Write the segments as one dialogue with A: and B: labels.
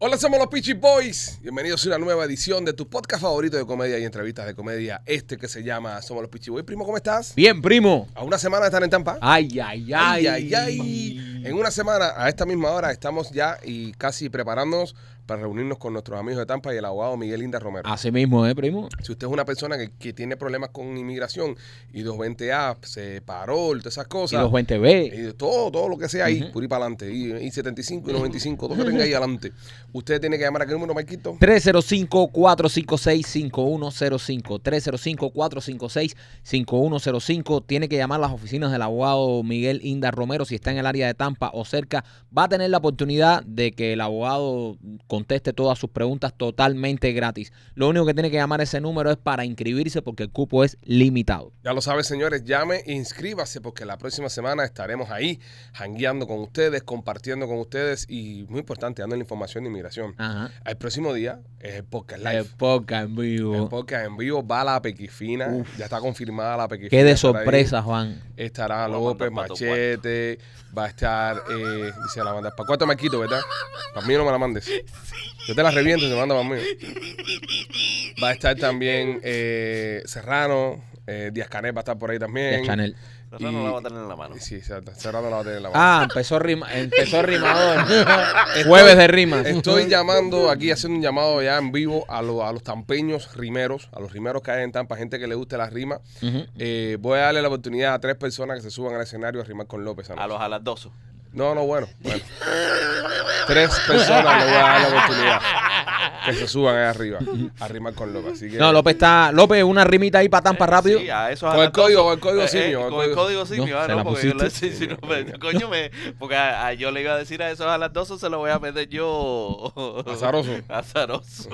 A: Hola, somos los Peachy Boys. Bienvenidos a una nueva edición de tu podcast favorito de comedia y entrevistas de comedia, este que se llama Somos los Peachy Boys. Primo, ¿cómo estás?
B: Bien, primo.
A: A una semana de estar en Tampa.
B: Ay, ay, ay.
A: ay, ay. En una semana, a esta misma hora, estamos ya y casi preparándonos para reunirnos con nuestros amigos de Tampa y el abogado Miguel Inda Romero.
B: Así mismo, ¿eh, primo?
A: Si usted es una persona que, que tiene problemas con inmigración y 220A, se paró, todas esas
B: Y
A: cosas.
B: los 20B.
A: Y todo, todo lo que sea ahí,
B: Ujú.
A: por ir para adelante. Y, y 75 y 95, todo lo que tenga ahí adelante. Usted tiene que llamar a qué número, Marquito.
B: 305-456-5105. 305-456-5105. Tiene que llamar a las oficinas del abogado Miguel Inda Romero si está en el área de Tampa o cerca. Va a tener la oportunidad de que el abogado conteste todas sus preguntas totalmente gratis. Lo único que tiene que llamar a ese número es para inscribirse porque el cupo es limitado.
A: Ya lo saben, señores, llame e inscríbase porque la próxima semana estaremos ahí, jangueando con ustedes, compartiendo con ustedes y, muy importante, dando la información de inmigración.
B: Ajá.
A: El próximo día es el podcast live.
B: El podcast en vivo.
A: El podcast en vivo va la pequifina. Ya está confirmada la pequifina.
B: Qué de
A: estará ahí.
B: sorpresa, Juan.
A: Estará
C: Voy a
A: López,
C: mandar pa' tu
A: Machete, va a estar, eh, dice la banda, para cuatro maquitos, ¿verdad? Para mí no me la mandes. Yo te la reviento y te mando para mí. Va a estar también eh, Serrano, eh, Díaz Canel va a estar por ahí también.
B: Ya, Chanel.
C: Serrano
A: Y-
C: la va a tener en la mano.
A: Sí, exacto. Serrano la va a tener en la mano.
B: Ah, empezó, rima, empezó rimador. Jueves de rimas.
A: Estoy llamando aquí, haciendo un llamado ya en vivo a, lo- a los tampeños rimeros, a los rimeros que hay en Tampa, gente que le guste las rimas.
B: Ujú.
A: Eh, voy a darle la oportunidad a tres personas que se suban al escenario a rimar con López.
C: A
A: anoche.
C: los alardosos.
A: No, no, bueno. bueno. Tres personas le voy a dar la oportunidad que se suban ahí arriba a rimar con López. Así que,
B: No, López está. López, una rimita ahí para Tampa rápido.
C: Eh, Sí, ah. a esos
A: Con el
C: alardosos.
A: código, con el código
C: Eh, eh,
A: simio, con el
C: Con el
A: código-
C: código simio.
B: No,
C: ah,
B: se
C: no,
B: la
C: porque yo le-
B: pusiste.
C: sí, sí, no, pero, coño, me- porque a- a- yo le iba a decir a esos alardosos, se los voy a meter yo.
A: Azaroso.
C: Azaroso.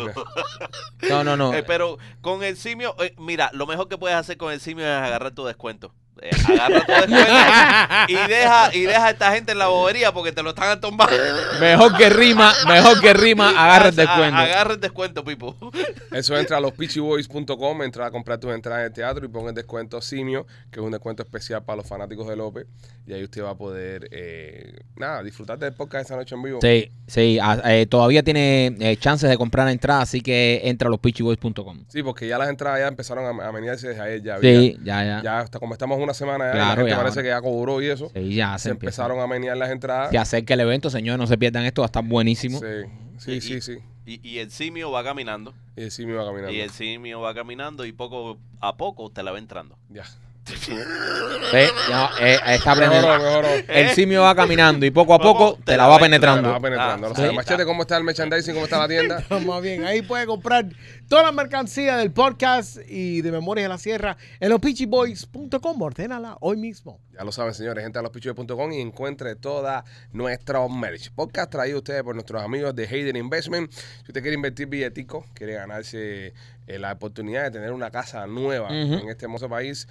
B: No, no, no.
C: Eh, pero con el simio, eh, mira, lo mejor que puedes hacer con el simio es agarrar tu descuento. Eh, agarra tu descuento y deja, y deja a esta gente en la bobería porque te lo están atombando.
B: Mejor que rima, mejor que rima, agarra el
C: A- a-
B: descuento.
C: Agarra el descuento, Pipo.
A: Eso entra a los pitchyboys.com, entra a comprar tus entradas de teatro y pon el descuento Simio, que es un descuento especial para los fanáticos de López. Y ahí usted va a poder, eh, nada, disfrutar del podcast esa noche en vivo.
B: Sí, sí. a- eh, todavía tiene eh, chances de comprar entrada, así que entra a los pitchyboys.com.
A: Sí, porque ya las entradas ya empezaron a, a menearse desde ayer. Ya,
B: Sí, ya, ya.
A: ya, ya hasta como estamos una semana, ya, la
B: Claro,
A: gente
B: ya.
A: parece que ya cobró y eso.
B: Sí, ya
A: se
B: se empieza.
A: empezaron a menear las entradas.
B: Se acerca el evento, señores, no se pierdan esto, va a estar buenísimo.
A: Sí, sí, sí, sí.
C: Y, y el simio va caminando.
A: Y el Simio va caminando.
C: Y el simio va caminando y poco a poco usted la va entrando.
A: Ya.
B: Ve, ya, eh, está
A: Mejoró,
B: aprendiendo.
A: mejoró.
B: El simio va caminando y poco a poco te la va
A: La va
B: penetrando.
A: penetrando.
C: Ah,
A: lo sabe.
C: sí.
A: Machete, ¿cómo está el merchandising? ¿Cómo está la tienda?
D: Más bien, ahí puede comprar toda la mercancía del podcast y de Memorias de la Sierra en lospitchyboys.com. Ordénala hoy mismo.
A: Ya lo saben, señores. Entra a lospichos.com y encuentre toda nuestra merch. Podcast traído a ustedes por nuestros amigos de Hayden Investment. Si usted quiere invertir billetico, quiere ganarse eh, la oportunidad de tener una casa nueva
B: Ujú.
A: en este hermoso país,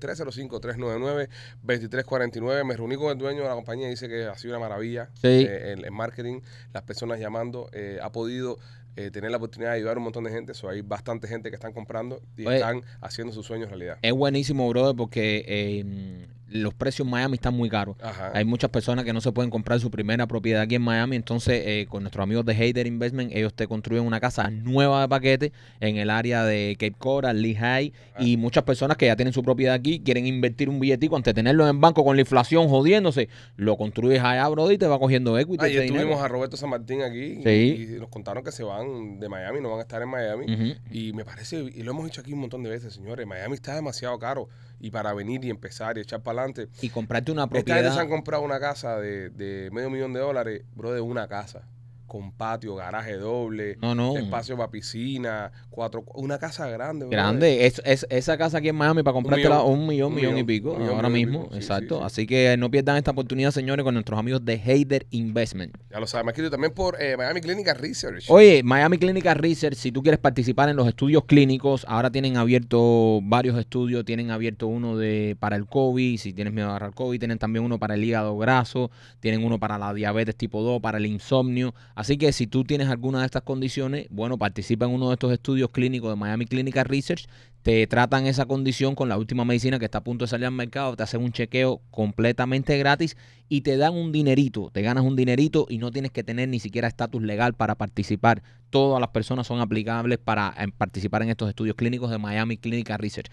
A: 305-399-2349, 305-399-2349. Me reuní con el dueño de la compañía y dice que ha sido una maravilla.
B: Sí.
A: Eh, el, el marketing, las personas llamando, eh, ha podido... eh, tener la oportunidad de ayudar a un montón de gente, So, hay bastante gente que están comprando y
B: Oye.
A: están haciendo sus sueños realidad.
B: Es buenísimo, brother, porque eh, los precios en Miami están muy caros.
A: Ajá. Ah,
B: Hay muchas personas que no se pueden comprar su primera propiedad aquí en Miami, entonces eh, con nuestros amigos de Hayden Investment, ellos te construyen una casa nueva de paquete en el área de Cape Coral, Lehigh, y muchas personas que ya tienen su propiedad aquí quieren invertir un billetico antes de tenerlo en el banco con la inflación jodiéndose, lo construyes allá, brother, y te va cogiendo equity.
A: Ayer
B: ese dinero.
A: tuvimos a Roberto San Martín aquí y-
B: Sí.
A: y nos contaron que se van de Miami, no van a estar en Miami.
B: Ujú.
A: Y me parece, y lo hemos dicho aquí un montón de veces, señores, Miami está demasiado caro. Y para venir y empezar y echar para adelante.
B: Y comprarte una
A: Esta
B: propiedad.
A: gente se han comprado una casa de, de medio millón de dólares, bro, de una casa. Con patio, garaje doble,
B: No, no.
A: espacio para piscina, cuatro, una casa grande. brother.
B: Grande, es, es- esa casa aquí en Miami para comprártela
A: millón.
B: un millón,
A: Un
B: millón,
A: millón.
B: y pico
A: Un millón,
B: ahora
A: millón y
B: mismo,
A: pico. Sí,
B: exacto.
A: sí, sí.
B: Así que no pierdan esta oportunidad, señores, con nuestros amigos de Hader Investment.
A: Ya lo sabes, me escrito también por eh, Miami Clinical Research.
B: Oye, Miami Clinical Research, si tú quieres participar en los estudios clínicos, ahora tienen abierto varios estudios, tienen abierto uno de para el COVID, si tienes miedo a agarrar COVID, tienen también uno para el hígado graso, tienen uno para la diabetes tipo 2, para el insomnio. Así que si tú tienes alguna de estas condiciones, bueno, participa en uno de estos estudios clínicos de Miami Clinical Research, te tratan esa condición con la última medicina que está a punto de salir al mercado, te hacen un chequeo completamente gratis y te dan un dinerito, te ganas un dinerito y no tienes que tener ni siquiera estatus legal para participar. Todas las personas son aplicables para eh, participar en estos estudios clínicos de Miami Clinical Research.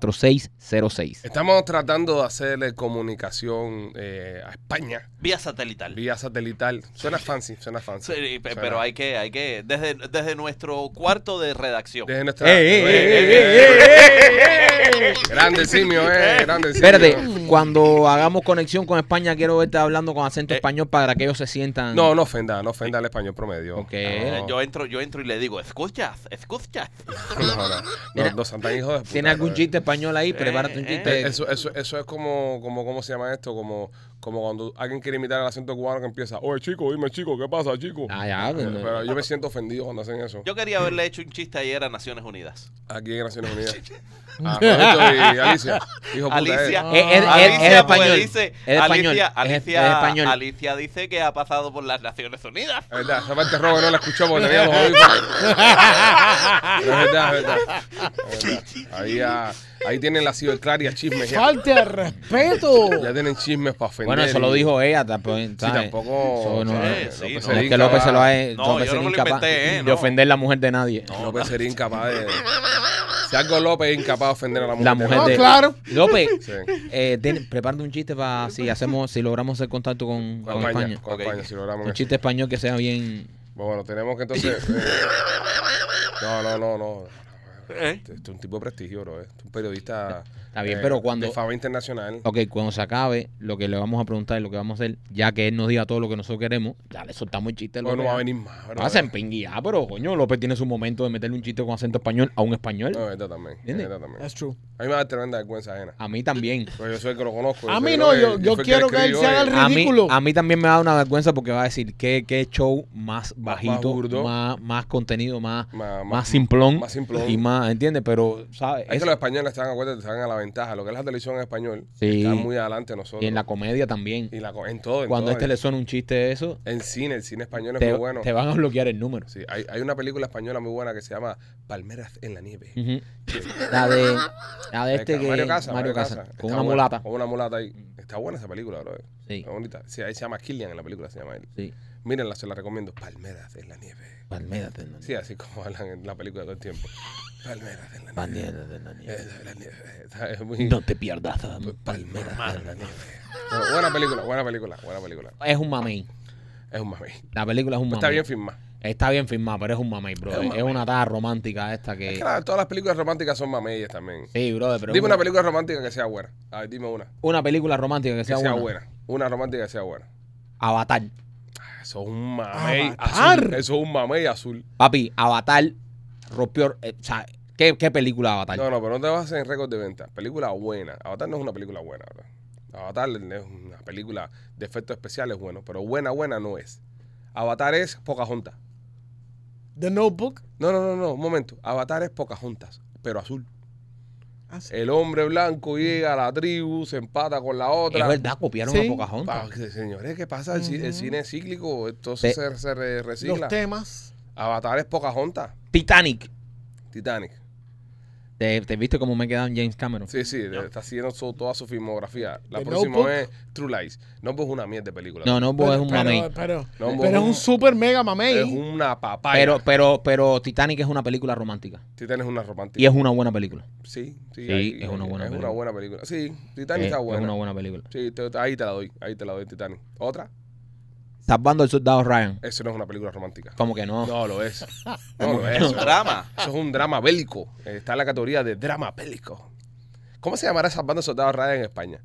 B: 786-418-4606.
A: Estamos tratando de hacerle comunicación eh, a España
C: Vía satelital.
A: vía satelital. Suena fancy, suena fancy.
C: Sí, pe-
A: Suena-
C: pero hay que, hay que, desde, desde nuestro cuarto de redacción.
A: Desde nuestra-
B: ¡Ey, ey, ey, ey,
A: Grande el simio, eh. Grande el simio.
B: Espérate, cuando hagamos conexión con España, quiero verte hablando con acento español para que ellos se sientan.
A: Eh. No, no ofenda, no ofenda al español promedio.
B: Ok.
C: Eh,
A: No,
C: Yo entro, yo entro y le digo, escuchas, escuchas.
A: no, no, no.
B: Mira,
A: Los- los santan hijos de puta,
B: ¿Tiene algún
A: brother.
B: chiste español ahí? Prepárate un
C: eh.
B: chiste.
A: Eh, Eso, eso, eso es como, como, ¿cómo se llama esto? Como, como cuando alguien quiere imitar el acento cubano que empieza, oye chico, dime chico, ¿qué pasa chico?
B: Ah, ya,
A: Eh,
B: no.
A: Pero yo me siento ofendido cuando hacen eso.
C: Yo quería haberle hecho un chiste ayer a Naciones Unidas.
A: Aquí en Naciones Unidas. Ah, Roberto y Alicia. Hijo puta,
C: Alicia,
A: eh.
B: Es- es- es-
C: Alicia,
B: es de español,
C: pues, dice,
B: es de español,
C: Alicia,
B: es-
C: Alicia,
B: es de español.
C: Alicia dice que ha pasado por las Naciones Unidas.
A: Es verdad, esa parte Robert no la escuchó porque tenía los audífonos. Pero Es verdad, es verdad. Es verdad. Ahí, ah, ahí tienen la ciberclaria chismes. Ya,
D: Falta de respeto.
A: ya tienen chismes para ofender.
B: Bueno, eso lo
A: y-
B: dijo ella. tampoco-
A: Sí,
B: ¿sabes?
A: tampoco.
B: Eso Oh, no-
C: Sí,
A: eh, López
C: sí, no.
A: sería
B: es que López se lo ha
C: No,
B: López
C: yo
B: sería
C: no me lo
B: incapaz
C: inventé, ¿eh?
B: de
C: No.
B: ofender la mujer de nadie.
A: López sería incapaz de. Si algo López es incapaz de ofender a la mujer.
B: La mujer
D: No,
B: de
D: claro.
B: López,
A: Sí.
B: eh, ten- prepárate un chiste para si hacemos, si logramos hacer contacto con,
A: Con
B: con
A: España,
B: España.
A: con España,
C: Ok.
A: si logramos
B: Un
A: eso.
B: chiste español que sea bien.
A: Pues Bueno, tenemos que entonces. eh, no, no, no, no.
C: ¿Eh?
A: Este es un tipo de prestigio, bro. eh. Este es un periodista.
B: Está bien, pero cuando-
A: De fama internacional.
B: Ok, cuando se acabe, lo que le vamos a preguntar y lo que vamos a hacer, ya que él nos diga todo lo que nosotros queremos, ya le soltamos el chiste. a
A: Bueno, Pues no
B: López.
A: va a venir más, bro.
B: No, se empinguía, pero coño, López tiene su momento de meterle un chiste con acento español a un español.
A: No, esto también.
B: ¿Entiendes?
A: esto también.
D: That's true.
A: A mí me da tremenda vergüenza ajena.
B: A mí también.
A: Pero yo soy el que lo conozco.
D: A
A: soy
D: mí
A: el
D: no,
A: que-
D: yo- yo
A: fui el
D: quiero que él
A: escribió
D: se haga
A: el-
D: el
B: A mí,
D: Ridículo.
B: a mí también me da una vergüenza porque va a decir qué, qué show más
A: más
B: bajito,
A: burdo.
B: más, más contenido, más,
A: Más-
B: más,
A: más-
B: simplón,
A: más simplón.
B: y más, ¿entiendes? Pero, ¿sabes?
A: Es
B: Eso-
A: que los españoles están, acuérdate, están a la ventaja. Lo que es la televisión en español
B: Sí.
A: está muy adelante de nosotros.
B: y en la comedia también.
A: Y la co- en todo. En
B: Cuando a
A: todo.
B: este le suena un chiste de eso,
A: En cine, el cine español es
B: te,
A: muy bueno.
B: te van a bloquear el número.
A: Sí, hay, hay una película española muy buena que se llama Palmeras en la nieve.
B: Ujú. La de, la de Mm. este
A: Está
B: que
A: Mario Casa.
B: Mario Casas,
A: Está
B: con una
A: buena,
B: mulata. Mm.
A: Con una mulata ahí. Está buena esa película, bro. eh.
B: Sí,
A: Está bonita. Sí, ahí se llama Killian en la película, se llama él.
B: sí.
A: Mírenla, se la recomiendo. Palmeras en la nieve.
B: Palmera de Hernández.
A: Sí, así como hablan en la película todo el tiempo. Palmeras en la nieve.
B: Palmera de Hernández.
A: Eh, la nieve. Está- es muy-
B: No te pierdas. ah,
A: Palmeras en la nieve. Pero buena película, buena película, buena película.
B: Es un mamey.
A: Es un mami.
B: La película es un mamey.
A: Está bien filmada.
B: Está bien firmada, pero es un mamey, bro.
A: Es
B: Es,
A: un mamey.
B: una tada romántica esta que.
A: Es que la- todas las películas románticas son mameyas también.
B: Sí, bro, pero.
A: Dime
B: una,
A: una película romántica que sea buena. A ver, dime una.
B: una película romántica que
A: Que
B: sea,
A: sea
B: buena.
A: buena. Una romántica que sea buena.
B: Avatar.
A: Eso es un mamey
D: Avatar.
A: azul. Eso es un mamey azul.
B: Papi, Avatar rompió. eh, o sea, ¿qué, qué película Avatar?
A: No, no, pero no te vas a hacer en récord de venta. Película buena. Avatar no es una película buena, bro. Avatar es una película de efectos especiales bueno, pero buena, buena no es. Avatar es Pocahontas.
D: The Notebook.
A: No, no, no, no, un momento. Avatar es Pocahontas, pero azul.
D: Ah, sí.
A: El hombre blanco llega a la tribu, se empata con la otra.
B: es verdad, copiaron
D: Sí.
B: a
A: Ah,
B: Pocahontas.
A: que- señores, ¿qué pasa? El, ci- el cine es cíclico, entonces se, se re- recicla.
D: Los temas.
A: Avatar es Pocahontas,
B: Titanic.
A: Titanic.
B: ¿Te, te viste cómo me he quedado en James Cameron?
A: Sí, sí, está haciendo su- toda su filmografía. La
D: The
A: próxima
D: Notebook.
A: es True Lies. No pues una mierda de película.
B: No, no, bo, es un
D: pero,
B: mamey.
D: Pero,
A: No,
D: pero
A: bo-
D: es un super mega mamey.
A: Es una papaya.
B: Pero, pero, pero Titanic es una película romántica.
A: Titanic es una
B: Y
A: romántica.
B: es una buena película.
A: Sí, sí,
B: Sí,
A: ahí-
B: es una buena
A: es
B: película.
A: buena película. Sí, Titanic
B: Eh,
A: está buena.
B: Es una buena película.
A: Sí, te- ahí te la doy, ahí te la doy Titanic. ¿Otra?
B: Salvando al soldado Ryan.
A: Eso no es una película romántica.
B: Como que no.
A: No lo es. No lo es. Eso,
C: Drama.
A: eso es un drama bélico. Eh, Está en la categoría de drama bélico. ¿Cómo se llamará esa banda de soldados Ryan en España?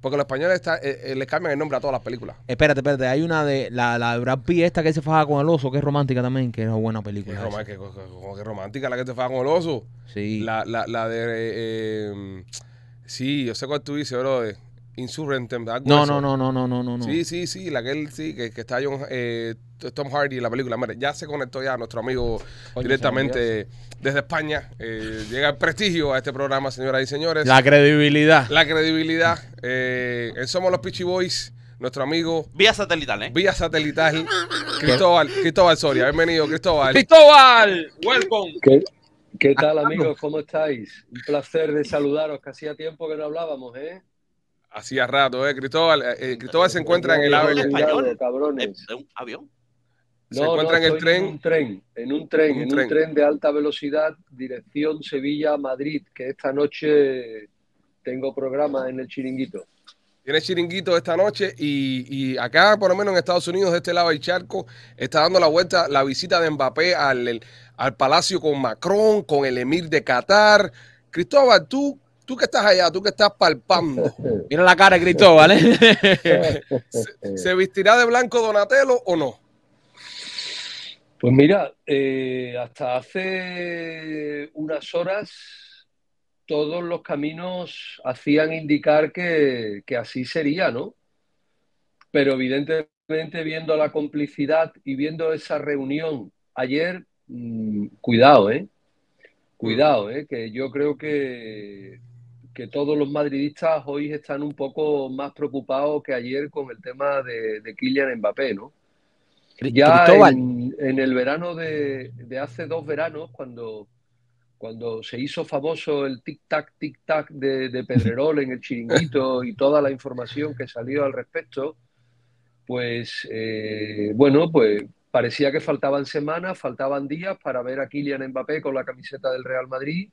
A: Porque los españoles está- eh, eh, le cambian el nombre a todas las películas.
B: Espérate, espérate. Hay una de la, la de Brad Pitt, esta que se faja con el oso, que es romántica también, que es una buena
A: Qué,
B: película. esa.
A: román- qué- qué- qué- qué romántica la que te fue con el oso.
B: Sí.
A: La, la, la de. eh, eh, sí, yo sé cuál tú dices, bro. De Insurrentem. algo de
B: no,
A: eso.
B: no, no, no, no, no, no, no.
A: Sí, sí, sí. La que él sí, que, que está John, eh, Tom Hardy en la película. Mira, ya se conectó ya nuestro amigo directamente desde España. Eh, llega el prestigio a este programa, señoras y señores. La,
B: La credibilidad.
A: credibilidad. eh, en Somos los Pitchy Boys, nuestro amigo.
C: Vía satelital, ¿eh?
A: Vía satelital, Cristóbal, Cristóbal Soria, bienvenido Cristóbal.
B: Cristóbal, welcome.
E: ¿Qué, qué tal, amigos? ¿Cómo estáis? Un placer de saludaros, que hacía tiempo que no hablábamos, ¿eh?
A: Hacía rato, ¿eh? Cristóbal, eh, eh, Cristóbal se encuentra en el
C: Habla
A: AVE.
C: español.
E: Diablo,
C: Es
E: cabrones.
C: es un avión.
A: Se
E: No, no,
A: encuentra en el
E: estoy
A: tren.
E: un tren, en un tren,
A: Un
E: en
A: tren.
E: un tren de alta velocidad, dirección Sevilla-Madrid, que esta noche tengo programa en el chiringuito.
A: Tiene chiringuito esta noche y, y acá, por lo menos en Estados Unidos, de este lado del charco, está dando la vuelta la visita de Mbappé al, el- al palacio con Macron, con el emir de Qatar. Cristóbal, tú, tú que estás allá, tú que estás palpando,
B: Mira la cara de Cristóbal, ¿eh?
A: ¿se, se vestirá de blanco Donatello o no?
E: Pues mira, eh, hasta hace unas horas todos los caminos hacían indicar que, que así sería, ¿no? Pero evidentemente viendo la complicidad y viendo esa reunión ayer, mm, cuidado, ¿eh? Cuidado, ¿eh? Que yo creo que, que todos los madridistas hoy están un poco más preocupados que ayer con el tema de, de Kylian Mbappé, ¿no? Ya
B: Cristóbal.
E: en, en el verano de, de hace dos veranos, cuando, cuando se hizo famoso el tic-tac, tic-tac de, de Pedrerol en el chiringuito y toda la información que salió al respecto, pues eh, bueno, pues parecía que faltaban semanas, faltaban días para ver a Kylian Mbappé con la camiseta del Real Madrid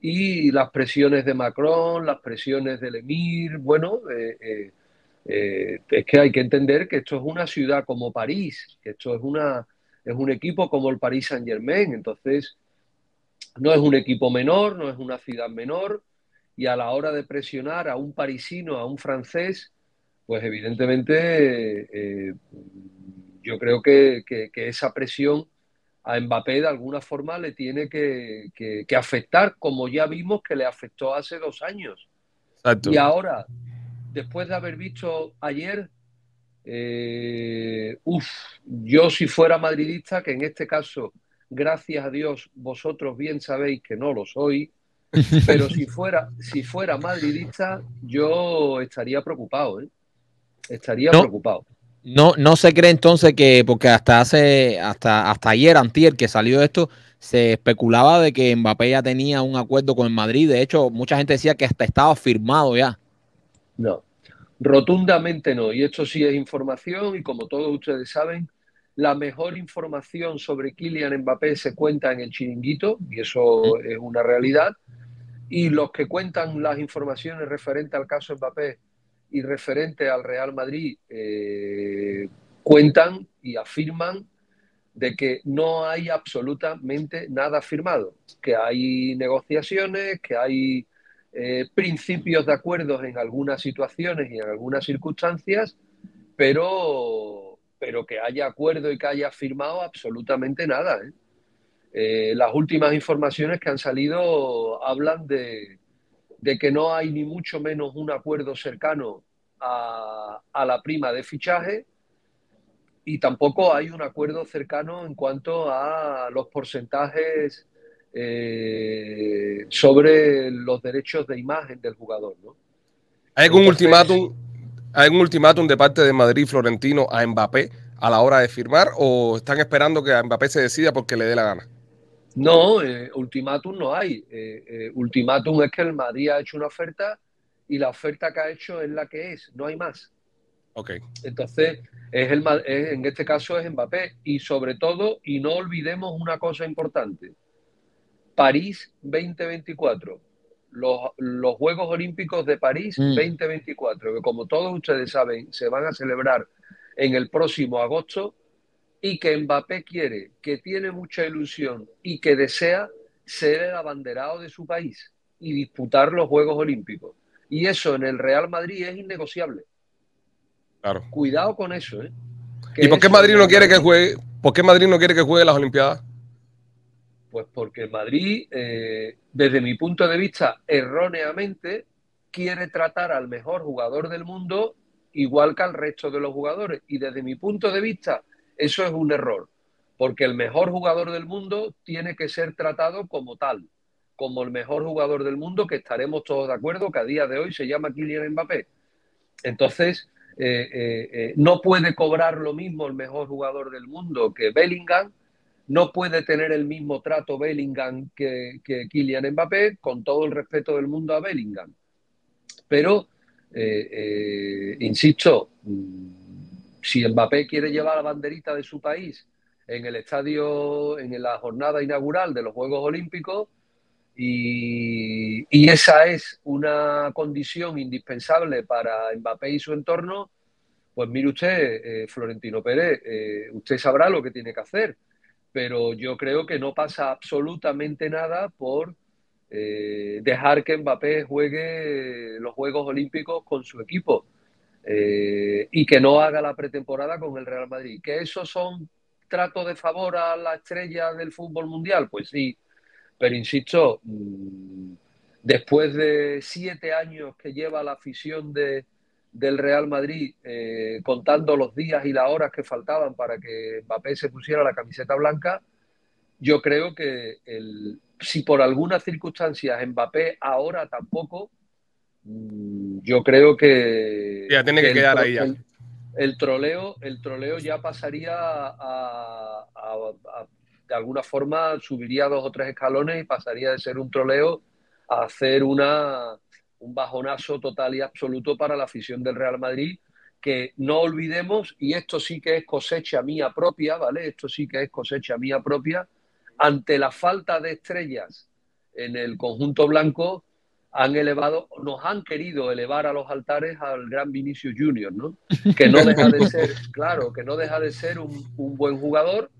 E: y las presiones de Macron, las presiones del Emir, bueno, eh, eh, eh, es que hay que entender que esto es una ciudad como París, que esto es una es un equipo como el Paris Saint Germain, entonces no es un equipo menor, no es una ciudad menor y a la hora de presionar a un parisino, a un francés, pues evidentemente eh, yo creo que, que- que esa presión a Mbappé de alguna forma le tiene que- que- que afectar, como ya vimos que le afectó hace dos años.
A: Exacto.
E: Y ahora, después de haber visto ayer, eh, uf, yo si fuera madridista, que en este caso, gracias a Dios, vosotros bien sabéis que no lo soy, pero si fuera, si fuera madridista, yo estaría preocupado, ¿eh? Estaría
B: No.
E: preocupado.
B: No, no se cree entonces que, porque hasta hace, hasta, hasta ayer, antier que salió esto, se especulaba de que Mbappé ya tenía un acuerdo con el Madrid. De hecho, mucha gente decía que hasta estaba firmado ya.
E: No, rotundamente no. Y esto sí es información y como todos ustedes saben, la mejor información sobre Kylian Mbappé se cuenta en el chiringuito y eso es una realidad. Y los que cuentan las informaciones referente al caso Mbappé y referente al Real Madrid eh, cuentan y afirman de que no hay absolutamente nada firmado, que hay negociaciones, que hay eh, principios de acuerdos en algunas situaciones y en algunas circunstancias, pero, pero que haya acuerdo y que haya firmado absolutamente nada. ¿eh? Eh, las últimas informaciones que han salido hablan de, de que no hay ni mucho menos un acuerdo cercano a, a la prima de fichaje y tampoco hay un acuerdo cercano en cuanto a los porcentajes eh, sobre los derechos de imagen del jugador, ¿no?
A: ¿Hay algún
E: Entonces-
A: ultimátum? ¿Hay algún ultimátum de parte de Madrid Florentino a Mbappé a la hora de firmar o están esperando que a Mbappé se decida porque le dé la gana?
E: No, eh, ultimátum no hay. Eh, eh, ultimátum es que el Madrid ha hecho una oferta y la oferta que ha hecho es la que es, no hay más.
A: Ok.
E: Entonces, es el, ma- es- en este caso es Mbappé. Y sobre todo, y no olvidemos una cosa importante, París 2024, los, los Juegos Olímpicos de París
B: Mm.
E: 2024, que como todos ustedes saben, se van a celebrar en el próximo agosto y que Mbappé quiere, que tiene mucha ilusión y que desea ser el abanderado de su país y disputar los Juegos Olímpicos. Y eso en el Real Madrid es innegociable.
A: Claro.
E: Cuidado con eso, ¿eh?
A: ¿Y por qué
E: eso-
A: Madrid no quiere que juegue? ¿Por qué Madrid no quiere que juegue las Olimpiadas?
E: Pues porque Madrid, eh, desde mi punto de vista, erróneamente, quiere tratar al mejor jugador del mundo igual que al resto de los jugadores. Y desde mi punto de vista, eso es un error. Porque el mejor jugador del mundo tiene que ser tratado como tal, como el mejor jugador del mundo, que estaremos todos de acuerdo que a día de hoy se llama Kylian Mbappé. Entonces, eh, eh, eh, no puede cobrar lo mismo el mejor jugador del mundo que Bellingham, no puede tener el mismo trato Bellingham que, que Kylian Mbappé, con todo el respeto del mundo a Bellingham. Pero eh, eh, insisto, mm, si Mbappé quiere llevar la banderita de su país en el estadio, en la jornada inaugural de los Juegos Olímpicos, y, y esa es una condición indispensable para Mbappé y su entorno, pues mire usted, eh, Florentino Pérez, eh, usted sabrá lo que tiene que hacer, pero yo creo que no pasa absolutamente nada por eh, dejar que Mbappé juegue los Juegos Olímpicos con su equipo eh, y que no haga la pretemporada con el Real Madrid. ¿Que esos son tratos de favor a la estrella del fútbol mundial? Pues sí, pero insisto, mm, después de siete años que lleva la afición de, del Real Madrid eh, contando los días y las horas que faltaban para que Mbappé se pusiera la camiseta blanca, yo creo que el- si por algunas circunstancias Mbappé ahora tampoco, mm, yo creo que...
A: Ya tiene que
E: el
A: quedar
E: tro-
A: ahí ya.
E: El, el troleo, el troleo ya pasaría a, a- a- De alguna forma subiría dos o tres escalones y pasaría de ser un troleo a hacer una, un bajonazo total y absoluto para la afición del Real Madrid, que no olvidemos, y esto sí que es cosecha mía propia, ¿vale? Esto sí que es cosecha mía propia, ante la falta de estrellas en el conjunto blanco, han elevado, nos han querido elevar a los altares al gran Vinicius Junior, ¿no? Que no deja de ser, claro, que no deja de ser un, un buen jugador,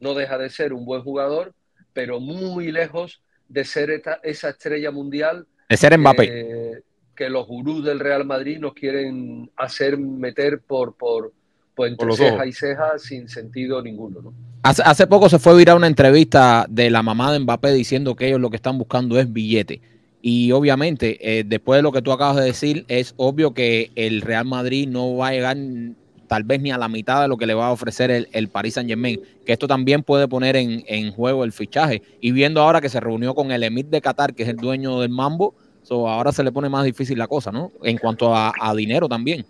E: no deja de ser un buen jugador, pero muy lejos de ser esta- esa estrella mundial
B: De ser Mbappé.
E: que, que los gurús del Real Madrid nos quieren hacer meter por, por, por entre
A: Por los
E: ceja
A: ojos.
E: y ceja sin sentido ninguno. ¿no?
B: Hace, hace poco se fue viral una entrevista de la mamá de Mbappé diciendo que ellos lo que están buscando es billete. Y obviamente, eh, después de lo que tú acabas de decir, es obvio que el Real Madrid no va a llegar mm, tal vez ni a la mitad de lo que le va a ofrecer el, el Paris Saint Germain, que esto también puede poner en, en juego el fichaje. Y viendo ahora que se reunió con el Emir de Qatar, que es el dueño del Mambo, so ahora se le pone más difícil la cosa, ¿no? En cuanto a, a dinero también.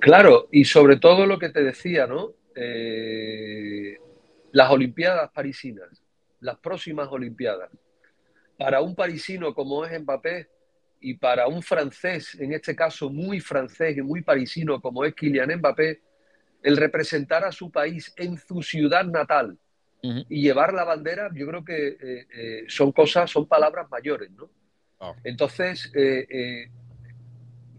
E: Claro, y sobre todo lo que te decía, ¿no? Eh, las Olimpiadas parisinas, las próximas Olimpiadas. Para un parisino como es Mbappé y para un francés, en este caso muy francés y muy parisino como es Kylian Mbappé, el representar a su país en su ciudad natal
B: Ujú.
E: y llevar la bandera, yo creo que eh, eh, son cosas, son palabras mayores, ¿no?
A: Ah.
E: Entonces, eh, eh,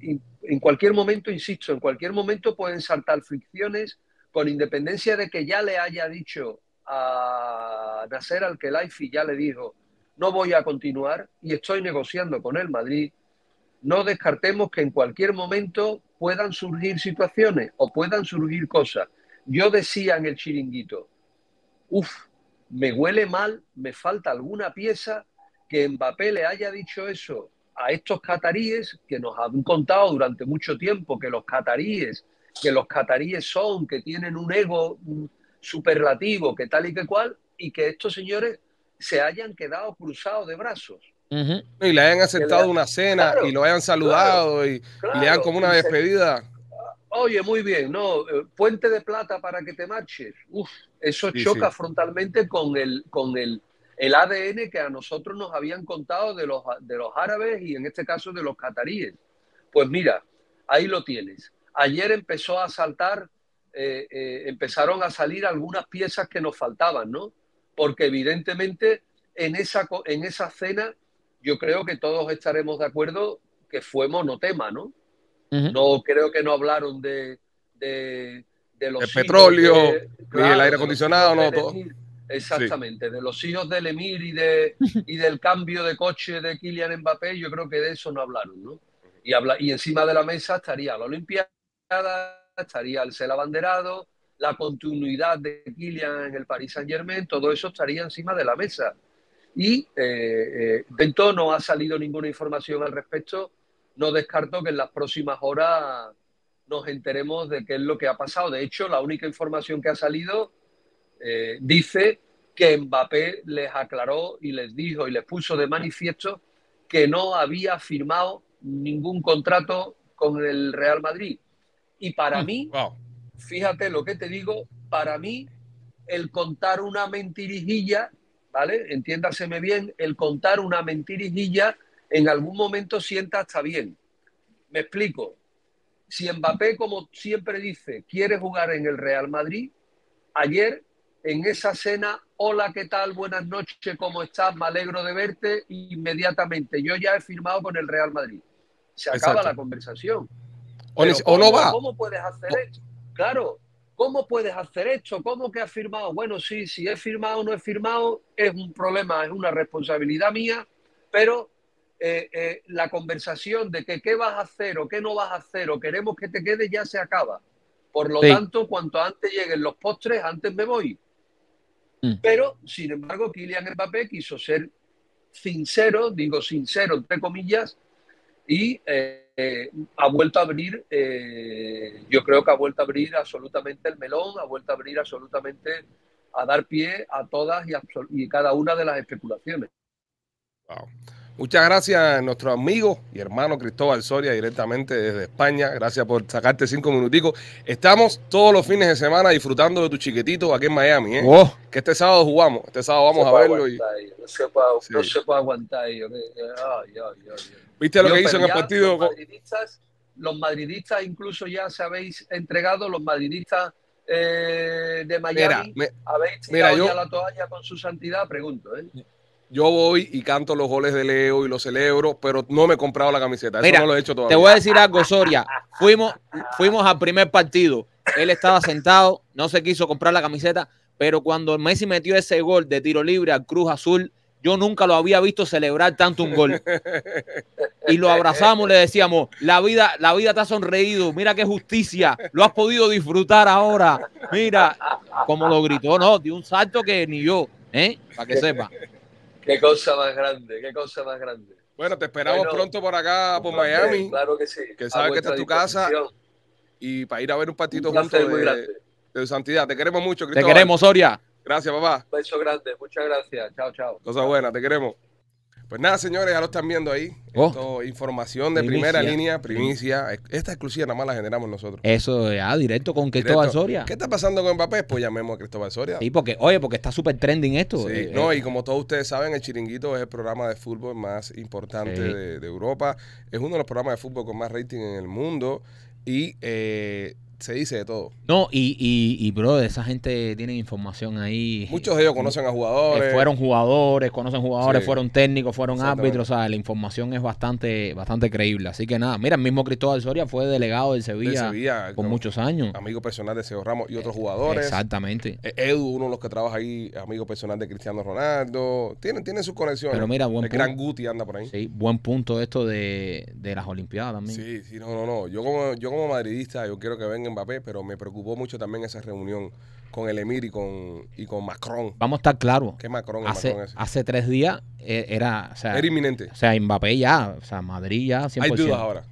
E: in- en cualquier momento, insisto, en cualquier momento pueden saltar fricciones con independencia de que ya le haya dicho a Nasser al Khelaifi, ya le dijo, no voy a continuar y estoy negociando con el Madrid, no descartemos que en cualquier momento puedan surgir situaciones o puedan surgir cosas. Yo decía en el chiringuito, uff, me huele mal, me falta alguna pieza que Mbappé le haya dicho eso a estos cataríes que nos han contado durante mucho tiempo que los cataríes, que los cataríes son, que tienen un ego mm, superlativo, que tal y que cual, y que estos señores se hayan quedado cruzados de brazos.
B: Ujú.
A: Y le hayan aceptado
E: Que le-
A: una cena
E: Claro,
A: y lo hayan saludado y, y le
E: Claro,
A: dan como una
E: y se-
A: despedida.
E: Oye, muy bien, no, eh, puente de plata para que te marches. Uf, eso
A: Sí,
E: choca
A: sí.
E: frontalmente con el con el, el ADN que a nosotros nos habían contado de los de los árabes y en este caso de los cataríes. Pues mira, ahí lo tienes. Ayer empezó a saltar, eh, eh, empezaron a salir algunas piezas que nos faltaban, ¿no? Porque evidentemente en esa co- en esa cena yo creo que todos estaremos de acuerdo que fue monotema, ¿no?
B: Ujú.
E: No, creo que no hablaron de, de, de los
A: Del
E: hijos
A: petróleo,
E: de-
A: aire
E: de los
A: acondicionado,
E: hijos
A: no,
E: del
A: todo.
E: Emir. Exactamente, de los hijos del Emir y, de, y del cambio de coche de Kylian Mbappé, yo creo que de eso no hablaron, ¿no? Y, habla, y encima de la mesa estaría la Olimpiada, estaría el ser abanderado, la continuidad de Kylian en el Paris Saint-Germain, todo eso estaría encima de la mesa. Y eh, eh, de esto no ha salido ninguna información al respecto. No descarto que en las próximas horas nos enteremos de qué es lo que ha pasado. De hecho, la única información que ha salido eh, dice que Mbappé les aclaró y les dijo y les puso de manifiesto que no había firmado ningún contrato con el Real Madrid. Y para mí,
A: Wow.
E: fíjate lo que te digo, para mí el contar una mentirijilla, ¿vale? Entiéndaseme bien, el contar una mentirijilla en algún momento sienta hasta bien. Me explico. Si Mbappé, como siempre dice, quiere jugar en el Real Madrid, ayer en esa cena, hola, ¿qué tal? Buenas noches, ¿cómo estás? Me alegro de verte inmediatamente. Yo ya he firmado con el Real Madrid. Se acaba
A: Exacto.
E: la conversación.
A: O,
E: Pero
A: le- o no
E: ¿cómo-
A: va.
E: ¿Cómo puedes hacer esto? Claro, ¿cómo puedes hacer esto? ¿Cómo que has firmado? Bueno, sí, si he firmado o no he firmado, es un problema, es una responsabilidad mía, pero eh, eh, la conversación de que qué vas a hacer o qué no vas a hacer o queremos que te quede ya se acaba. Por lo
B: Sí.
E: tanto, cuanto antes lleguen los postres, antes me voy.
B: Mm.
E: Pero, sin embargo, Kylian Mbappé quiso ser sincero, digo sincero entre comillas, y eh, eh, ha vuelto a abrir, eh, yo creo que ha vuelto a abrir absolutamente el melón, ha vuelto a abrir absolutamente, a dar pie a todas y, absol- y cada una de las especulaciones.
A: Wow. Muchas gracias a nuestro amigo y hermano Cristóbal Soria directamente desde España. Gracias por sacarte cinco minuticos. Estamos todos los fines de semana disfrutando de tu chiquitito aquí en Miami. ¿eh?
B: Oh,
A: Que este sábado jugamos. Este sábado vamos
E: No
A: a
E: se puede
A: verlo. Y...
E: aguantar ello, no, se puede,
A: Sí.
E: no se puede aguantar ello, que- que- ay, ay, ay, ay.
A: ¿Viste lo
E: Yo,
A: que hizo
E: pero
A: en el
E: ya
A: partido?
E: Los
A: con-
E: madridistas, los madridistas incluso ya se habéis entregado, los madridistas eh,
A: Mira,
E: de Miami,
A: me-
E: habéis
A: mira,
E: tirado
A: yo-
E: ya la toalla con su santidad, pregunto, ¿eh?
A: yo voy y canto los goles de Leo y los celebro, pero no me he comprado la camiseta. Eso
B: Mira,
A: no lo he hecho todavía.
B: te voy a decir algo, Soria. Fuimos, fuimos al primer partido. Él estaba sentado, no se quiso comprar la camiseta, pero cuando Messi metió ese gol de tiro libre al Cruz Azul, yo nunca lo había visto celebrar tanto un gol. Y lo abrazamos, le decíamos, la vida, la vida te ha sonreído, mira qué justicia, lo has podido disfrutar ahora. Mira, como lo gritó, no, dio un salto que ni yo, ¿eh? Para que sepa.
E: Qué cosa más grande, qué cosa más grande.
A: Bueno, te esperamos
E: Bueno.
A: pronto por acá, por
E: Hombre,
A: Miami.
E: Claro que sí.
A: que
E: a
A: sabes que esta es tu
E: vuestra
A: casa, eh.
E: disposición.
A: Y para ir a ver un
E: Un
A: partido juntos
E: placer muy
A: de,
E: grande.
A: de santidad. Te queremos mucho,
B: Te
A: Cristóbal.
B: queremos, Soria.
A: Gracias, papá.
E: Beso grande, muchas gracias. Chao, chao.
A: Cosa buena, te queremos. Pues nada, señores, ya lo están viendo ahí.
B: Oh.
A: Esto, información de
B: Primicia.
A: primera línea, primicia. Esta exclusiva nada más la generamos nosotros.
B: Eso ya, directo con Cristóbal
A: Directo.
B: Soria.
A: ¿Qué está pasando con Mbappé? Pues llamemos a Cristóbal Soria.
B: Sí, porque, oye, porque está súper trending esto.
A: Sí,
B: eh,
A: no,
B: eh,
A: y como todos ustedes saben, el Chiringuito es el programa de fútbol más importante
B: Sí.
A: de, de Europa. Es uno de los programas de fútbol con más rating en el mundo. Y eh, se dice de todo.
B: no, y, y, y, bro, esa gente tiene información ahí.
A: Muchos de ellos conocen a
B: Eh,
A: jugadores.
B: fueron jugadores, conocen jugadores,
A: Sí.
B: fueron técnicos, fueron
A: Exactamente.
B: árbitros. O sea, la información es bastante, bastante creíble. Así que nada, mira, el mismo Cristóbal Soria fue delegado del
A: de
B: Sevilla,
A: Sevilla,
B: por
A: con
B: muchos años.
A: amigo personal de Sergio
B: Eh,
A: Ramos y otros jugadores.
B: Exactamente.
A: Eh, Edu, uno de los que trabaja ahí, amigo personal de Cristiano Ronaldo. Tienen, tienen sus conexiones.
B: Pero mira, buen
A: el gran
B: punto.
A: Guti anda por ahí.
B: Sí, buen punto esto de, de las Olimpiadas también.
A: Sí, sí, no, no, no. Yo como, yo como madridista, yo quiero que venga Mbappé, pero me preocupó mucho también esa reunión con el Emir y con, y con Macron.
B: Vamos a estar claros.
A: ¿Qué Macron? El
B: Hace,
A: Macron ese.
B: hace tres días eh, era, o sea,
A: Era inminente.
B: o sea, Mbappé ya, o sea, Madrid ya, 100%.
A: Hay dudas ahora.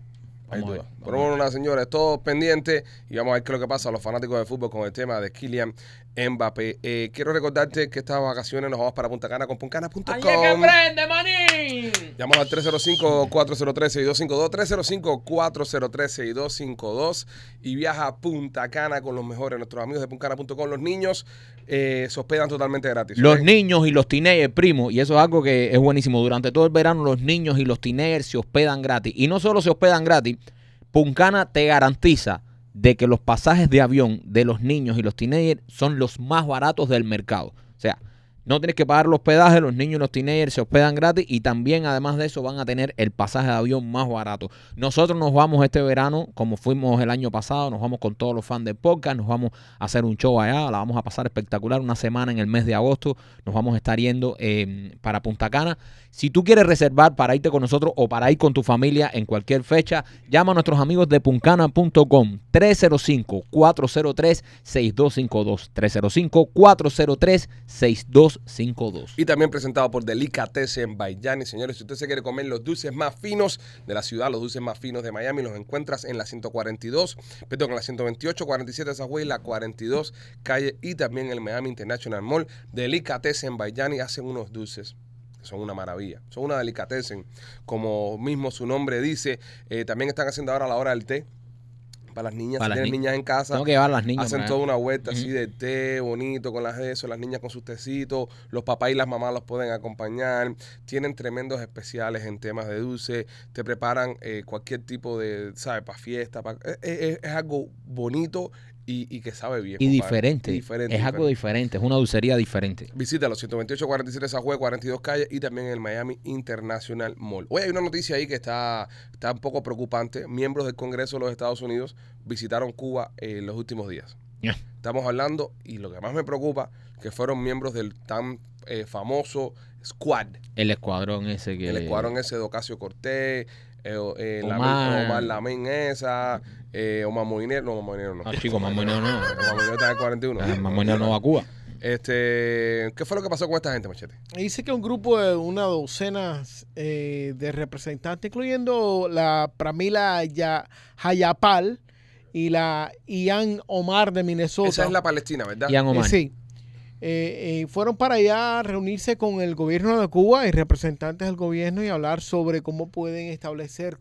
A: Hay
B: Vamos a ver,
A: dudas.
B: vamos
A: Pero
B: a ver.
A: bueno, nada, señores, todo pendiente y vamos a ver qué es lo que pasa a los fanáticos de fútbol con el tema de Kylian Mbappé. Eh, quiero recordarte que estas vacaciones nos vamos para Punta Cana con puntacana.com.
B: prende, manín!
A: Llámanos al 305-403-6252, 305-403-6252 y viaja a Punta Cana con los mejores, nuestros amigos de puntacana.com. Los niños eh, se hospedan totalmente gratis. ¿ok?
B: Los niños y los teenagers, primo, y eso es algo que es buenísimo. Durante todo el verano, los niños y los teenagers se hospedan gratis. Y no solo se hospedan gratis, Puncana te garantiza de que los pasajes de avión de los niños y los teenagers son los más baratos del mercado. O sea, no tienes que pagar los hospedaje, los niños y los teenagers se hospedan gratis y también además de eso van a tener el pasaje de avión más barato. Nosotros nos vamos este verano, como fuimos el año pasado, nos vamos con todos los fans del podcast, nos vamos a hacer un show allá, la vamos a pasar espectacular una semana en el mes de agosto, nos vamos a estar yendo eh, para Punta Cana. Si tú quieres reservar para irte con nosotros o para ir con tu familia en cualquier fecha, llama a nuestros amigos de puncana.com 305-403-6252. 305-403-6252.
A: Y también presentado por Delicatessen Bayani. Señores, si usted se quiere comer los dulces más finos de la ciudad, los dulces más finos de Miami, los encuentras en la 142, perdón, en la 128, 47 Southway, la 42 calle y también en el Miami International Mall. Delicatessen Bayani hacen unos dulces. que Son una maravilla, son una delicatessen, como mismo su nombre dice. Eh, también están haciendo ahora la hora del té, para las niñas.
B: Para
A: si
B: las
A: tienes
B: ni-
A: niñas en casa,
B: Tengo que llevar a las niñas.
A: hacen
B: para-
A: toda una vuelta así
B: Ujú.
A: de té bonito con las de eso, las niñas con sus tecitos, los papás y las mamás los pueden acompañar, tienen tremendos especiales en temas de dulce, te preparan eh, cualquier tipo de, ¿sabes? Para fiesta, pa- eh, eh, eh, es, algo bonito y, y que sabe bien.
B: Y
A: compadre.
B: diferente.
A: Y diferente.
B: Es algo
A: diferente.
B: diferente, es una dulcería diferente.
A: Visítalo, 128-47 Sajue, 42 Calle y también en el Miami International Mall. Oye, hay una noticia ahí que está, está un poco preocupante. Miembros del Congreso de los Estados Unidos visitaron Cuba eh, en los últimos días.
B: Ya.
A: Estamos hablando, y lo que más me preocupa, que fueron miembros del tan eh, famoso Squad,
B: El escuadrón ese que.
A: el escuadrón ese de Ocasio Cortés, eh, o- eh, Lamin-
B: Omar.
A: Omar Lamin esa, eh, Omar Moinero, no, Omar Moinero no.
B: No, chicos, más Ah, no.
A: Omar Moinero está en el 41.
B: Ah, Más bueno no va a Cuba.
A: Este, ¿Qué fue lo que pasó con esta gente, Machete?
D: Y Dice que un grupo de una docena eh, de representantes, incluyendo la Pramila Ya- Hayapal y la Ian Omar de Minnesota.
A: Esa es la Palestina, ¿verdad?
B: Ian
D: Eh,
B: Omar.
D: sí. Eh, eh, fueron para allá a reunirse con el gobierno de Cuba y representantes del gobierno y hablar sobre cómo pueden establecer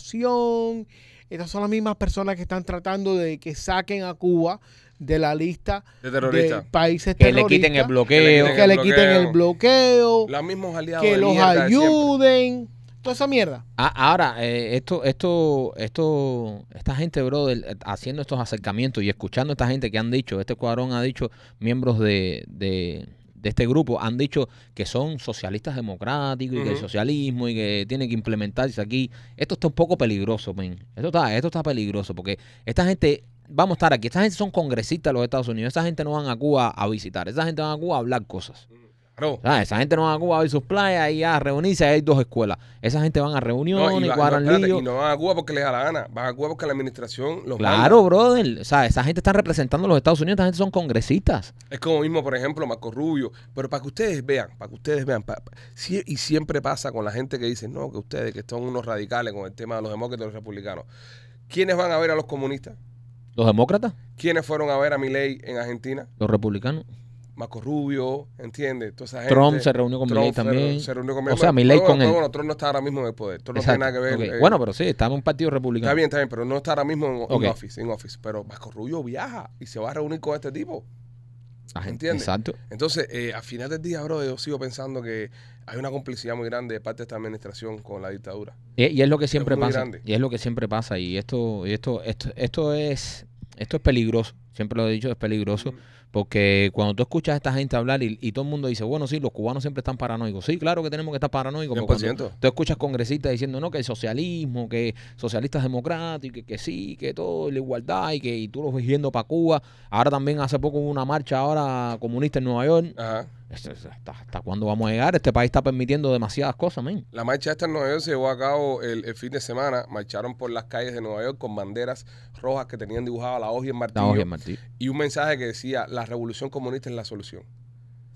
D: comunicación. Estas son las mismas personas que están tratando de que saquen a Cuba de la lista
A: De terrorista.
D: de países
B: Que le
D: terroristas.
B: quiten el
A: le
B: bloqueo.
A: quiten
D: que
A: el
D: le quiten el bloqueo,
A: Los mismos aliados.
D: que
A: de
D: los
A: mierda de siempre.
D: ayuden. Toda esa mierda.
B: Ah, ahora, eh, esto, esto, esto, esta gente, brother, eh, haciendo estos acercamientos y escuchando a esta gente que han dicho, este cuadrón ha dicho, miembros de, de, de este grupo han dicho que son socialistas democráticos y que el
A: Ujú.
B: socialismo y que tiene que implementarse aquí. Esto está un poco peligroso, men. Esto está, esto está peligroso porque esta gente, vamos a estar aquí, esta gente son congresistas de los Estados Unidos, esta gente no van a Cuba a visitar, esta gente van a Cuba a hablar cosas.
A: Claro.
B: Ah, Esa gente no va a Cuba a ver sus playas y a reunirse. Hay dos escuelas. Esa gente van a reuniones
A: No, y,
B: y,
A: va-
B: cuadran
A: no, espérate,
B: líos.
A: y no van a Cuba porque les da la gana. Van a Cuba porque la administración los
B: Claro,
A: manda.
B: brother. O sea, esa gente está representando a los Estados Unidos. Esta gente son congresistas.
A: Es como mismo, por ejemplo, Marco Rubio. Pero para que ustedes vean, para que ustedes vean. pa- pa- sí, y siempre pasa con la gente que dice, no, que ustedes que son unos radicales con el tema de los demócratas y los republicanos. ¿Quiénes van a ver a los comunistas?
B: Los demócratas,
A: ¿Quiénes fueron a ver a Milei en Argentina?
B: los republicanos.
A: Marco Rubio, ¿entiendes? Toda esa gente.
B: Trump se reunió con
A: Trump
B: Milei
A: se re-
B: también.
A: se reunió con
B: O sea, Milei
A: Bueno,
B: con él.
A: Bueno, Trump no está ahora mismo en el poder. Trump
B: Exacto.
A: no tiene nada que ver.
B: Ok.
A: eh,
B: bueno, pero sí, está en un partido republicano.
A: Está bien, está bien, pero no está ahora mismo en, en
B: Ok.
A: office, en office. Pero Vasco Rubio viaja y se va a reunir con este tipo.
B: La gente-
A: ¿entiendes?
B: Exacto.
A: Entonces, eh, al final del día, bro, yo sigo pensando que hay una complicidad muy grande de parte de esta administración con la dictadura.
B: Y, y es lo que siempre
A: muy
B: pasa.
A: grande.
B: Y es lo que siempre pasa. Y esto, y esto, esto, esto es, esto es peligroso. Siempre lo he dicho, es peligroso. Porque cuando tú escuchas a esta gente hablar y, y todo el mundo dice, bueno, sí, los cubanos siempre están paranoicos. Sí, claro que tenemos que estar paranoicos. pero cuando
A: 100%.
B: Tú escuchas congresistas diciendo, no, que el socialismo, que socialistas democráticos, que, que sí, que todo, la igualdad, y que y tú los ves yendo para Cuba. Ahora también hace poco hubo una marcha ahora comunista en Nueva York.
A: Ajá.
B: Esto- esto- ¿Hasta, hasta cuándo vamos a llegar? Este país está permitiendo demasiadas cosas, men.
A: La marcha esta en Nueva York se llevó a cabo el, el fin de semana. Marcharon por las calles de Nueva York con banderas rojas que tenían dibujada la hoja y el
B: La
A: martillo.
B: hoja, Martí.
A: Y un mensaje que decía, la revolución comunista es la solución.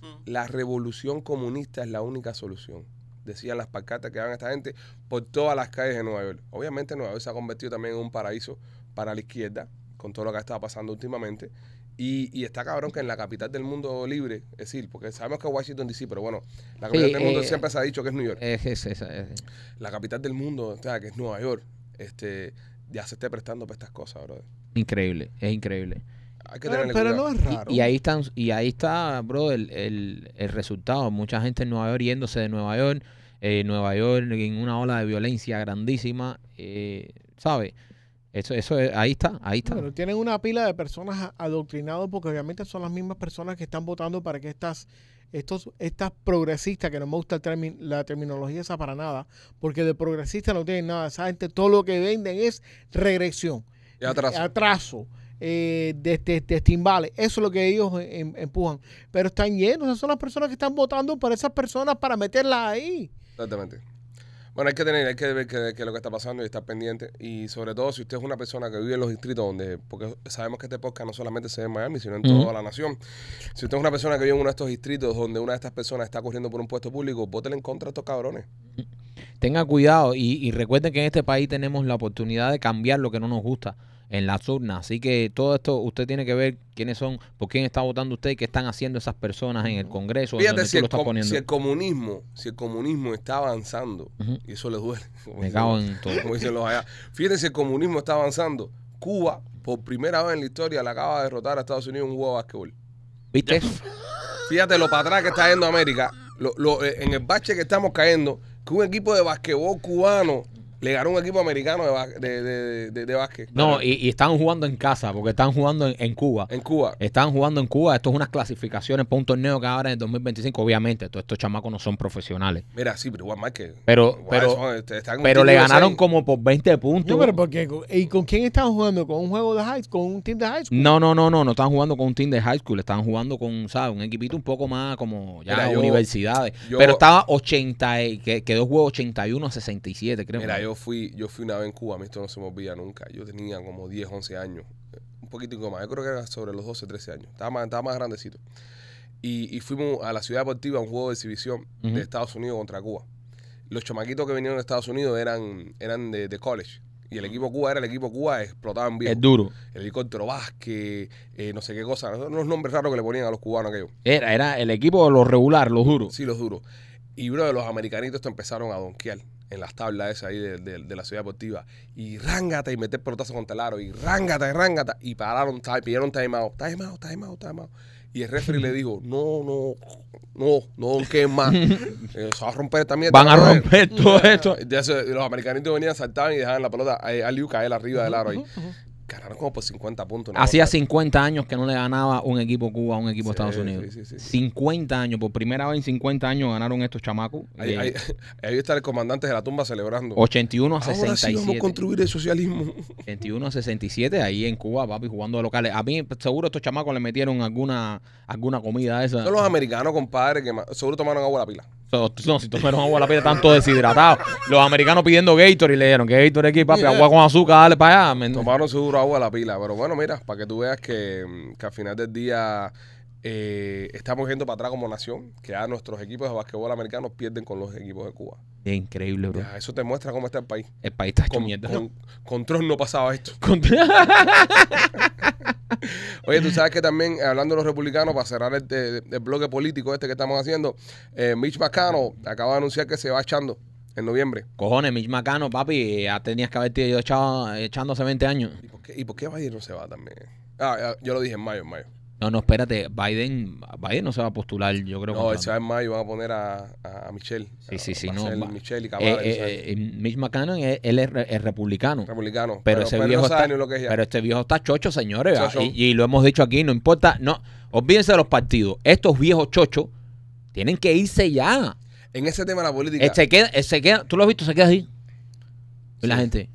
D: Mm.
A: La revolución comunista es la única solución. Decían las pacatas que daban esta gente por todas las calles de Nueva York. Obviamente Nueva York se ha convertido también en un paraíso para la izquierda, con todo lo que ha estado pasando últimamente. Y, y está cabrón que en la capital del mundo libre, es decir, porque sabemos que Washington DC, pero bueno, la capital
B: Sí,
A: del mundo
B: eh,
A: siempre se ha dicho que es New York.
B: Es, es- es- es-
A: La capital del mundo, o sea, que es Nueva York, este, ya se esté prestando para estas cosas, brother.
B: increíble, es increíble.
A: Hay que
D: Pero,
A: tenerle
D: pero
A: cuidado.
D: no es raro.
B: Y ahí están, y ahí está, bro, el, el, el resultado. Mucha gente en Nueva York yéndose de Nueva York, eh, Nueva York en una ola de violencia grandísima, eh, ¿sabe? Eso, eso, es- ahí está, ahí está.
D: Bueno, tienen una pila de personas a- adoctrinados porque obviamente son las mismas personas que están votando para que estas estos estas progresistas, que no me gusta el termi- la terminología esa para nada, porque de progresista no tienen nada. Esa gente todo lo que venden es regresión,
A: Ya atrás.
D: atraso, eh, de, de- de timbales. Eso es lo que ellos em- empujan. Pero están llenos, esas son las personas que están votando por esas personas para meterlas ahí.
A: Exactamente. Bueno, hay que tener, hay que ver qué qué es lo que está pasando y estar pendiente. Y sobre todo, si usted es una persona que vive en los distritos donde, porque sabemos que este podcast no solamente se ve en Miami, sino en
B: Ujú.
A: toda la nación. Si usted es una persona que vive en uno de estos distritos donde una de estas personas está corriendo por un puesto público, vótele en contra a estos cabrones.
B: Tenga cuidado y, y recuerden que en este país tenemos la oportunidad de cambiar lo que no nos gusta en las urnas. Así que todo esto usted tiene que ver quiénes son, por quién está votando usted y qué están haciendo esas personas en el Congreso. en
A: Fíjate
B: donde
A: si
B: tú lo
A: el,
B: estás
A: com-
B: poniendo.
A: si el comunismo, si el comunismo está avanzando,
B: Ujú.
A: y eso le duele. como
B: Me
A: dicen-
B: cago en todo.
A: como dicen los allá. Fíjate si el comunismo está avanzando. Cuba, por primera vez en la historia, le acaba de derrotar a Estados Unidos en un juego de básquetbol.
B: ¿Viste eso?
A: Fíjate lo para atrás que está yendo América, lo- lo- eh, en el bache que estamos cayendo, que un equipo de basquetbol cubano le ganó a un equipo americano de, ba- de, de- de- de básquet.
B: No, y, y estaban jugando en casa, porque estaban jugando en, en Cuba.
A: En Cuba.
B: Estaban jugando en Cuba. Esto es unas clasificaciones para un torneo que ahora en el 2025, obviamente. Todos estos chamacos no son profesionales.
A: Mira, sí, pero igual más que.
B: Pero-
A: igual
B: pero-
A: son- este, están en un
B: Pero le
A: título
B: ganaron
A: seis.
B: como por 20 puntos.
D: No,
A: pues,
D: pero porque, ¿y con quién estaban jugando? ¿Con un juego de high ¿Con un team de high school?
B: No, no, no, no, no estaban jugando con un team de high school, estaban jugando con, ¿sabes? Un equipito un poco más como ya
A: Mira, yo-
B: universidades.
A: yo-
B: pero estaba 80, y- que, quedó juego 81 a 67, creo.
A: Mira, yo fui, yo fui una vez en Cuba, a mí esto no se me olvida nunca. Yo tenía como 10, 11 años, eh, un poquitico más, yo creo que era sobre los 12, 13 años, estaba más, estaba más grandecito. Y, y fuimos a la ciudad deportiva a un juego de exhibición
B: Ujú.
A: de Estados Unidos contra Cuba. Los chamaquitos que vinieron de Estados Unidos eran, eran de, de college. Y el equipo Cuba era el equipo Cuba, explotaban bien.
B: Ah. es duro.
A: El helicóptero Vázquez, eh, no sé qué cosa, unos nombres raros que le ponían a los cubanos aquellos.
B: Era, era el equipo de lo regular, lo juro.
A: Sí, los duros. Y uno de los americanitos te empezaron a donkear en las tablas esas ahí de, de- de la ciudad deportiva. Y rángata y meter pelotazo contra el aro. Y rángata y rángata. Y pararon, time, pidieron time out. Time out, time out, time out. Y el referee le dijo, no, no, no, no donkeen más. Eh, Se va a romper esta mierda.
B: Van a
A: brother".
B: romper todo esto.
A: De eso, y los americanitos venían, saltaban y dejaban la pelota eh, a Liu caer arriba del aro ahí. Ganaron como por 50 puntos. ¿no?
B: Hacía 50 años que no le ganaba un equipo Cuba a un equipo de
A: Sí,
B: Estados Unidos.
A: sí, sí, sí.
B: 50 años, por primera vez en 50 años ganaron estos chamacos.
A: Ahí,
B: eh,
A: ahí- ahí está el comandante de la tumba celebrando.
B: 81 a
A: Ahora sí
B: 67.
A: vamos a construir el socialismo.
B: 21 a 67 ahí en Cuba, papi, jugando de locales. A mí pues, seguro estos chamacos le metieron alguna alguna comida a esa.
A: Son los americanos, compadre, que ma- seguro tomaron agua de la pila.
B: So- no, si tomaron agua a la pila tanto deshidratados. Los americanos pidiendo Gator y le dijeron que Gator aquí, papi, agua con azúcar, dale para allá. ¿me entiendes?
A: Tomaron seguro agua de la pila. Pero bueno, mira, para que tú veas que, mm, que al final del día eh, estamos yendo para atrás como nación, que ya nuestros equipos de basquetbol americanos pierden con los equipos de Cuba.
B: Es increíble, bro.
A: Ya, eso te muestra cómo está el país.
B: El país está hecho
A: Con,
B: mierda.
A: con, con Trump no pasaba esto.
B: Con-
A: Oye, tú sabes que también, eh, hablando de los republicanos, para cerrar el, el- el bloque político este que estamos haciendo, eh, Mitch McConnell acaba de anunciar que se va echando en noviembre.
B: Cojones, Mitch Macano, papi, ya tenías que haberte ido echado, echando hace 20 años.
A: ¿Y por qué, y por qué Biden no se va también? Ah, ah, yo lo dije en mayo, en mayo.
B: No, no, espérate, Biden, Biden no se va a postular, yo creo.
A: No,
B: contra-
A: él se va en mayo van a poner a, a- a Michelle.
B: Sí, sí, sí,
A: Va a
B: no,
A: ser
B: va-
A: Michelle y
B: Eh,
A: Kamala,
B: eh,
A: tú sabes,
B: eh, Mitch McConnell, él, él es, re- es republicano.
A: republicano.
B: pero ese
A: pues no
B: viejo
A: sabe
B: está-
A: ni lo que es ya.
B: Pero este viejo está chocho, señores.
A: Chocho.
B: Y, y lo hemos dicho aquí, no importa. No, olvídense de los partidos. Estos viejos chochos tienen que irse ya.
A: en ese tema de la política,
B: Eh, se queda, eh, se queda, tú lo has visto, se queda así. Y la gente,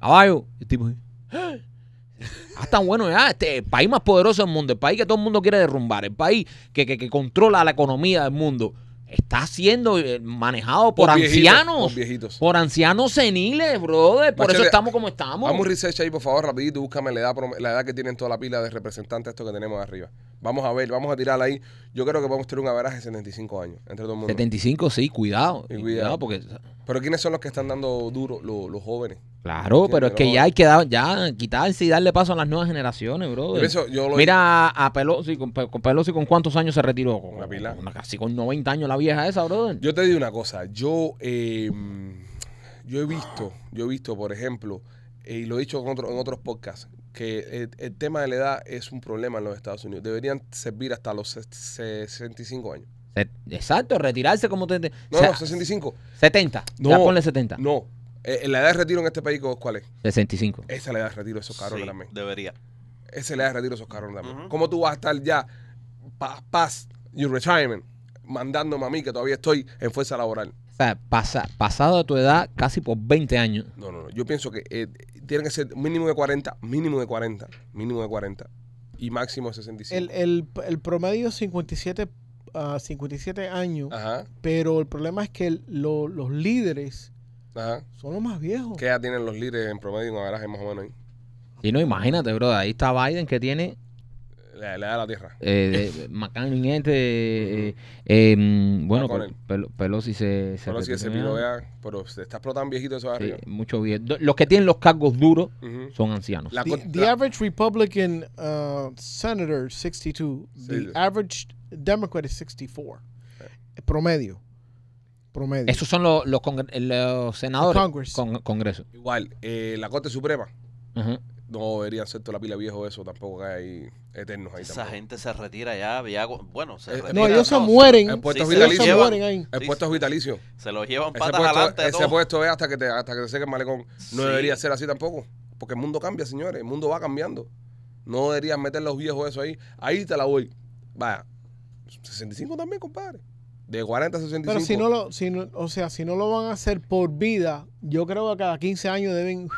B: caballo, y el tipo así. Ah, tan bueno ya, este el país más poderoso del mundo, el país que todo el mundo quiere derrumbar, el país que, que- que controla la economía del mundo, está siendo eh, manejado por,
A: viejitos,
B: ancianos,
A: por viejitos.
B: por ancianos seniles, brother, por eso
A: Machete,
B: estamos como estamos.
A: Vamos a research ahí, por favor, rapidito, búscame la edad, prom- la edad que tienen toda la pila de representantes estos que tenemos arriba. Vamos a ver, vamos a tirarla ahí. Yo creo que podemos tener un averaje de 75 años entre todo el mundo.
B: 75, sí, cuidado.
A: Y
B: y
A: cuidado.
B: cuidado porque.
A: Pero ¿quiénes son los que están dando duro? Lo- los jóvenes.
B: Claro,
A: Entiendo,
B: pero es que
A: pero-
B: ya hay que dar, ya quitarse y darle paso a las nuevas generaciones, bro.
A: Por eso yo lo
B: Mira a Pelosi, con, Pe- con Pelosi con cuántos años se retiró. Con,
A: Una pila.
B: con- casi con 90 años la vieja esa, brother.
A: Yo te digo una cosa, yo, eh, yo he visto, yo he visto, por ejemplo, eh, y lo he dicho en, otro- en otros podcasts, que el, el tema de la edad es un problema en los Estados Unidos. Deberían servir hasta los ses- 65 años.
B: Se- Exacto, retirarse como te,
A: No,
B: o sea,
A: no, 65.
B: 70.
A: No.
B: ya ponle 70.
A: No. Eh, la edad de retiro en este país, ¿cuál es?
B: 65.
A: Esa es la edad de retiro de esos cabrones
C: Sí,
A: también.
C: debería.
A: Esa es la edad de retiro de esos cabrones también.
C: Ujú.
A: ¿Cómo tú vas a estar ya pa- past your retirement mandándome a mí que todavía estoy en fuerza laboral?
B: O sea, pasa, pasado de tu edad casi por 20 años.
A: No, no, no. Yo pienso que eh, tiene que ser mínimo de 40, mínimo de 40, mínimo de 40 y máximo de 65.
D: El, el, el promedio es 57, ah, 57 años,
A: Ajá,
D: pero el problema es que el- lo- los líderes
A: ajá.
D: son los más viejos.
A: ¿Qué edad tienen los líderes en promedio en averaje más o menos ahí?
B: Y no, imagínate, brother. Ahí está Biden que tiene
A: La, la edad de la tierra.
B: eh, de- McCain y este, eh, eh, mm, bueno,
A: McConnell.
B: Pel- Pel- Pelosi se, se
A: Solo si ese
B: retiró.
A: pilo vea, pero se está explotando viejito eso de
B: Sí,
A: arriba.
B: mucho bien. Do- Los que tienen los cargos duros
A: Ujú.
B: son ancianos.
A: La
D: The,
A: con-
D: the
A: la-
D: average Republican uh, senator 62.
A: Sí.
D: The average Democrat is 64. Promedio. Promedio.
B: Esos son los, los, congre- los senadores.
D: Congress.
B: Con- congreso.
A: Igual, eh, la Corte Suprema
B: Ajá.
A: no deberían ser toda la pila viejo eso, tampoco que hay ahí eternos ahí
C: Esa
A: tampoco.
C: gente se retira ya, ya go- bueno, se
A: Eh,
C: retira.
D: No, ellos se
C: se-
D: mueren.
A: en puestos
C: Sí, sí,
D: Ellos se
A: vitalicios.
C: llevan.
D: mueren ahí.
A: El
C: Sí,
A: puesto es vitalicio.
C: Se los llevan
A: Ese
C: patas
A: puesto,
C: adelante. de
A: ese
C: todo.
A: puesto es hasta que te, hasta que te seque el malecón. No
C: Sí.
A: debería ser así tampoco. Porque el mundo cambia, señores. El mundo va cambiando. No deberías meter los viejos eso ahí. Ahí te la voy. Vaya. 65 también, compadre. De 40 a 65.
D: Pero si no lo, si no, o sea, si no lo van a hacer por vida, yo creo que cada 15 años deben.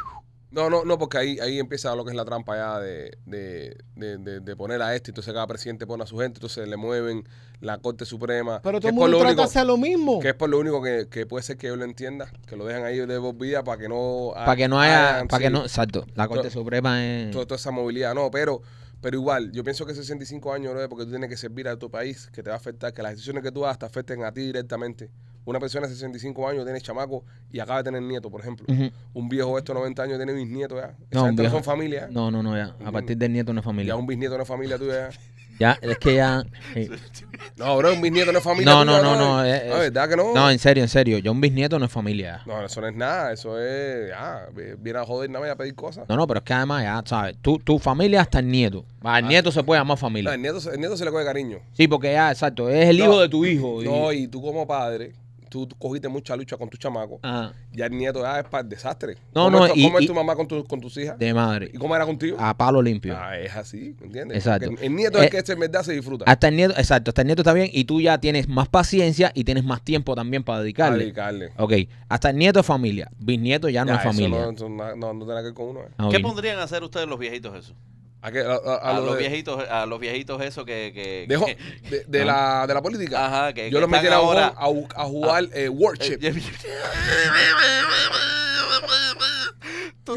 A: No, no, no, porque ahí, ahí empieza lo que es la trampa ya de, de, de, de- de poner a este, entonces cada presidente pone a su gente, entonces le mueven la Corte Suprema.
D: Pero
A: que
D: todo
A: es
D: el
A: por lo
D: mundo trata de
A: único-
D: hacer lo mismo.
A: Que es por lo único que, que puede ser que yo lo entienda, que lo dejan ahí de por vida para que no...
B: Para que no haya,
A: hagan,
B: para que
A: Ah, sí,
B: no, exacto, la Corte
A: No.
B: Suprema es...
A: to- Toda esa movilidad, no, pero... Pero igual, yo pienso que 65 años, brother, porque tú tienes que servir a tu país, que te va a afectar, que las decisiones que tú hagas te afecten a ti directamente. Una persona de 65 años tiene chamaco y acaba de tener nieto, por ejemplo.
B: Ujú.
A: Un viejo de estos 90 años tiene bisnieto ya. Esa
B: Mm. No, un
A: gente no
B: viejo-
A: son familia. ¿eh?
B: No, no, no, ya. A partir del nieto no es
A: Ya
B: familia.
A: un bisnieto no es familia tuya.
B: Ya, es que ya... sí.
A: No, bro, un bisnieto no es familia
B: No,
A: tuya.
B: no, no,
A: bro.
B: no, eh,
A: No,
B: eh,
A: ¿verdad que no?
B: No,
A: No,
B: en serio, en serio. Ya un bisnieto no es familia. ya.
A: eso no es nada. Eso es. Ah, viene a joder nada más y a pedir cosas.
B: No, no, pero es que además ya, ¿sabes? Tu, tu familia hasta el nieto. Va,
A: Ah.
B: el nieto se puede llamar
A: No,
B: familia.
A: el, nieto, se- el nieto se le coge cariño.
B: Sí, porque ya, exacto. Es el
A: Ah, No.
B: hijo de tu hijo. y-
A: No, y tú como padre, tú tú cogiste mucha lucha con tu chamaco.
B: Ajá,
A: Ya el nieto ya es para el desastre.
B: No,
A: ¿Cómo
B: no,
A: es tu-
B: y-
A: ¿Cómo es
B: y-
A: tu mamá con, tu- con tus hijas?
B: de madre.
A: ¿Y cómo era contigo?
B: A palo limpio.
A: Ah, es así, ¿me ¿entiendes?
B: Exacto.
A: Porque El, el nieto es
B: Eh,
A: el que este en verdad se disfruta.
B: Hasta el nieto, exacto, hasta el nieto está bien y tú ya tienes más paciencia y tienes más tiempo también para
A: A
B: dedicarle.
A: dedicarle.
B: Ok, hasta el nieto es familia, bisnieto ya no es
A: eso
B: familia.
A: No, eso no, no, no tiene que ver con uno. eh.
B: Ah, ok.
C: ¿Qué pondrían a hacer ustedes los viejitos eso?
A: ¿A, qué? a, a-
C: A,
A: a lo
C: los
A: de-
C: viejitos, a los viejitos eso que, que,
A: Dejo-
C: que-
A: de,
B: Ah.
A: de la, de la política.
C: Ajá, que-
A: Yo
C: que
A: los metí
C: están ahora- Ah,
A: ahora a, bu- a jugar eh, Warship.
C: ¿Tú